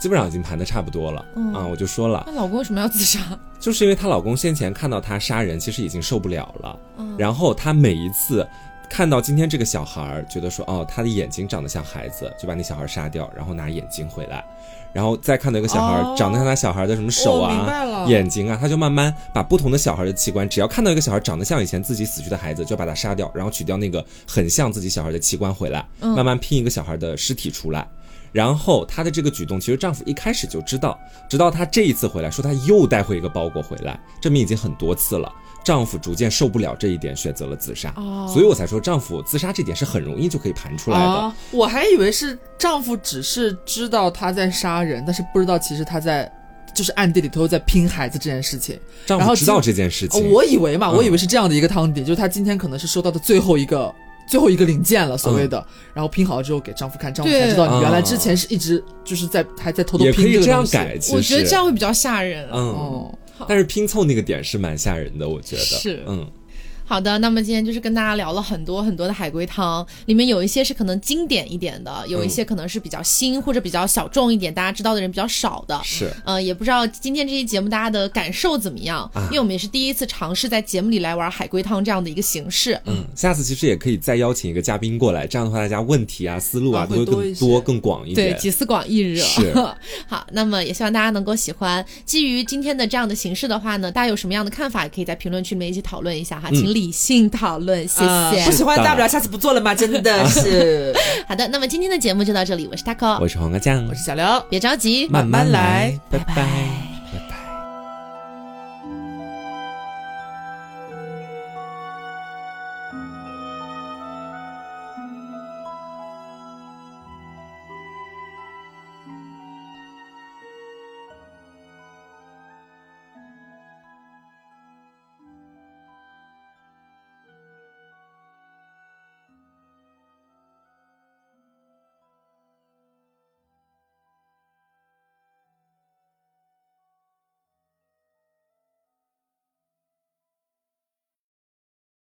[SPEAKER 2] 基本上已经盘的差不多了、
[SPEAKER 1] 嗯
[SPEAKER 2] 啊，我就说了，
[SPEAKER 1] 那老公为什么要自杀？
[SPEAKER 2] 就是因为她老公先前看到她杀人，其实已经受不了了。
[SPEAKER 1] 嗯
[SPEAKER 2] 然后她每一次看到今天这个小孩儿，觉得说哦，他的眼睛长得像孩子，就把那小孩杀掉，然后拿眼睛回来，然后再看到一个小孩儿、
[SPEAKER 3] 哦
[SPEAKER 2] 长得像他小孩的什么手
[SPEAKER 3] 哦明
[SPEAKER 2] 啊、
[SPEAKER 3] 白了，
[SPEAKER 2] 眼睛啊，她就慢啊慢把不同的小孩的器官，只要看到一个小孩长得像以前自己死去的孩子，就把他杀掉，然后取掉那个很像自己小孩的器官回来，
[SPEAKER 1] 嗯
[SPEAKER 2] 慢慢拼一个小孩的尸体出来。然后她的这个举动，其实丈夫一开始就知道，直到她这一次回来说她又带回一个包裹回来，证明已经很多次了。丈夫逐渐受不了这一点，选择了自杀。
[SPEAKER 1] 哦
[SPEAKER 2] 所以我才说，丈夫自杀这点是很容易就可以盘出来的。
[SPEAKER 3] 啊，我还以为是丈夫只是知道她在杀人，但是不知道其实她在就是暗地里头在拼孩子这件事情。
[SPEAKER 2] 丈
[SPEAKER 3] 然
[SPEAKER 2] 夫
[SPEAKER 3] 后
[SPEAKER 2] 知
[SPEAKER 3] 今
[SPEAKER 2] 道这件事
[SPEAKER 3] 哦
[SPEAKER 2] 情，
[SPEAKER 3] 我以为嘛，
[SPEAKER 2] 嗯
[SPEAKER 3] 我以为是这样的一个汤底，就是她今天可能是收到的最后一个。最后一个零件了，所谓的，然后拼好了之后给丈夫看，丈夫才
[SPEAKER 1] 对
[SPEAKER 3] 知道你原来
[SPEAKER 2] 啊
[SPEAKER 3] 之前是一直就是在还在偷偷
[SPEAKER 2] 也可
[SPEAKER 3] 拼
[SPEAKER 2] 以
[SPEAKER 3] 这个
[SPEAKER 2] 这样
[SPEAKER 3] 东西
[SPEAKER 2] 改。其实，
[SPEAKER 1] 我觉得这样会比较吓人。
[SPEAKER 2] 嗯，
[SPEAKER 3] 哦，
[SPEAKER 2] 但是拼凑那个点是蛮吓人的，我觉得
[SPEAKER 1] 是
[SPEAKER 2] 嗯，
[SPEAKER 1] 好的，那么今天就是跟大家聊了很多很多的海龟汤，里面有一些是可能经典一点的，有一
[SPEAKER 3] 嗯
[SPEAKER 1] 些可能是比较新或者比较小众一点，大家知道的人比较少的。
[SPEAKER 2] 是。
[SPEAKER 1] 呃，也不知道今天这期节目大家的感受怎么样，因为我们也是第一次尝试在节目里来玩海龟汤这样的一个形式。
[SPEAKER 2] 嗯，下次其实也可以再邀请一个嘉宾过来，这样的话大家问题啊、思路啊
[SPEAKER 3] 啊
[SPEAKER 2] 都会
[SPEAKER 3] 会多
[SPEAKER 2] 更
[SPEAKER 3] 一些
[SPEAKER 2] 多、更广一
[SPEAKER 1] 对
[SPEAKER 2] 点，。
[SPEAKER 1] 集思广益热
[SPEAKER 2] 是。
[SPEAKER 1] 好，那么也希望大家能够喜欢。基于今天的这样的形式的话呢，大家有什么样的看法，也可以在评论区里面一起讨论一下哈，请理性讨论，谢
[SPEAKER 3] 啊
[SPEAKER 1] 谢。
[SPEAKER 3] 不喜欢
[SPEAKER 2] 是的
[SPEAKER 3] 大不了下次不做了嘛，真的 是。
[SPEAKER 1] 好的，那么今天的节目就到这里，我是 taco，
[SPEAKER 2] 我是黄瓜酱
[SPEAKER 3] 我，是小刘，
[SPEAKER 1] 别着急，
[SPEAKER 2] 慢
[SPEAKER 3] 慢慢来
[SPEAKER 2] 拜拜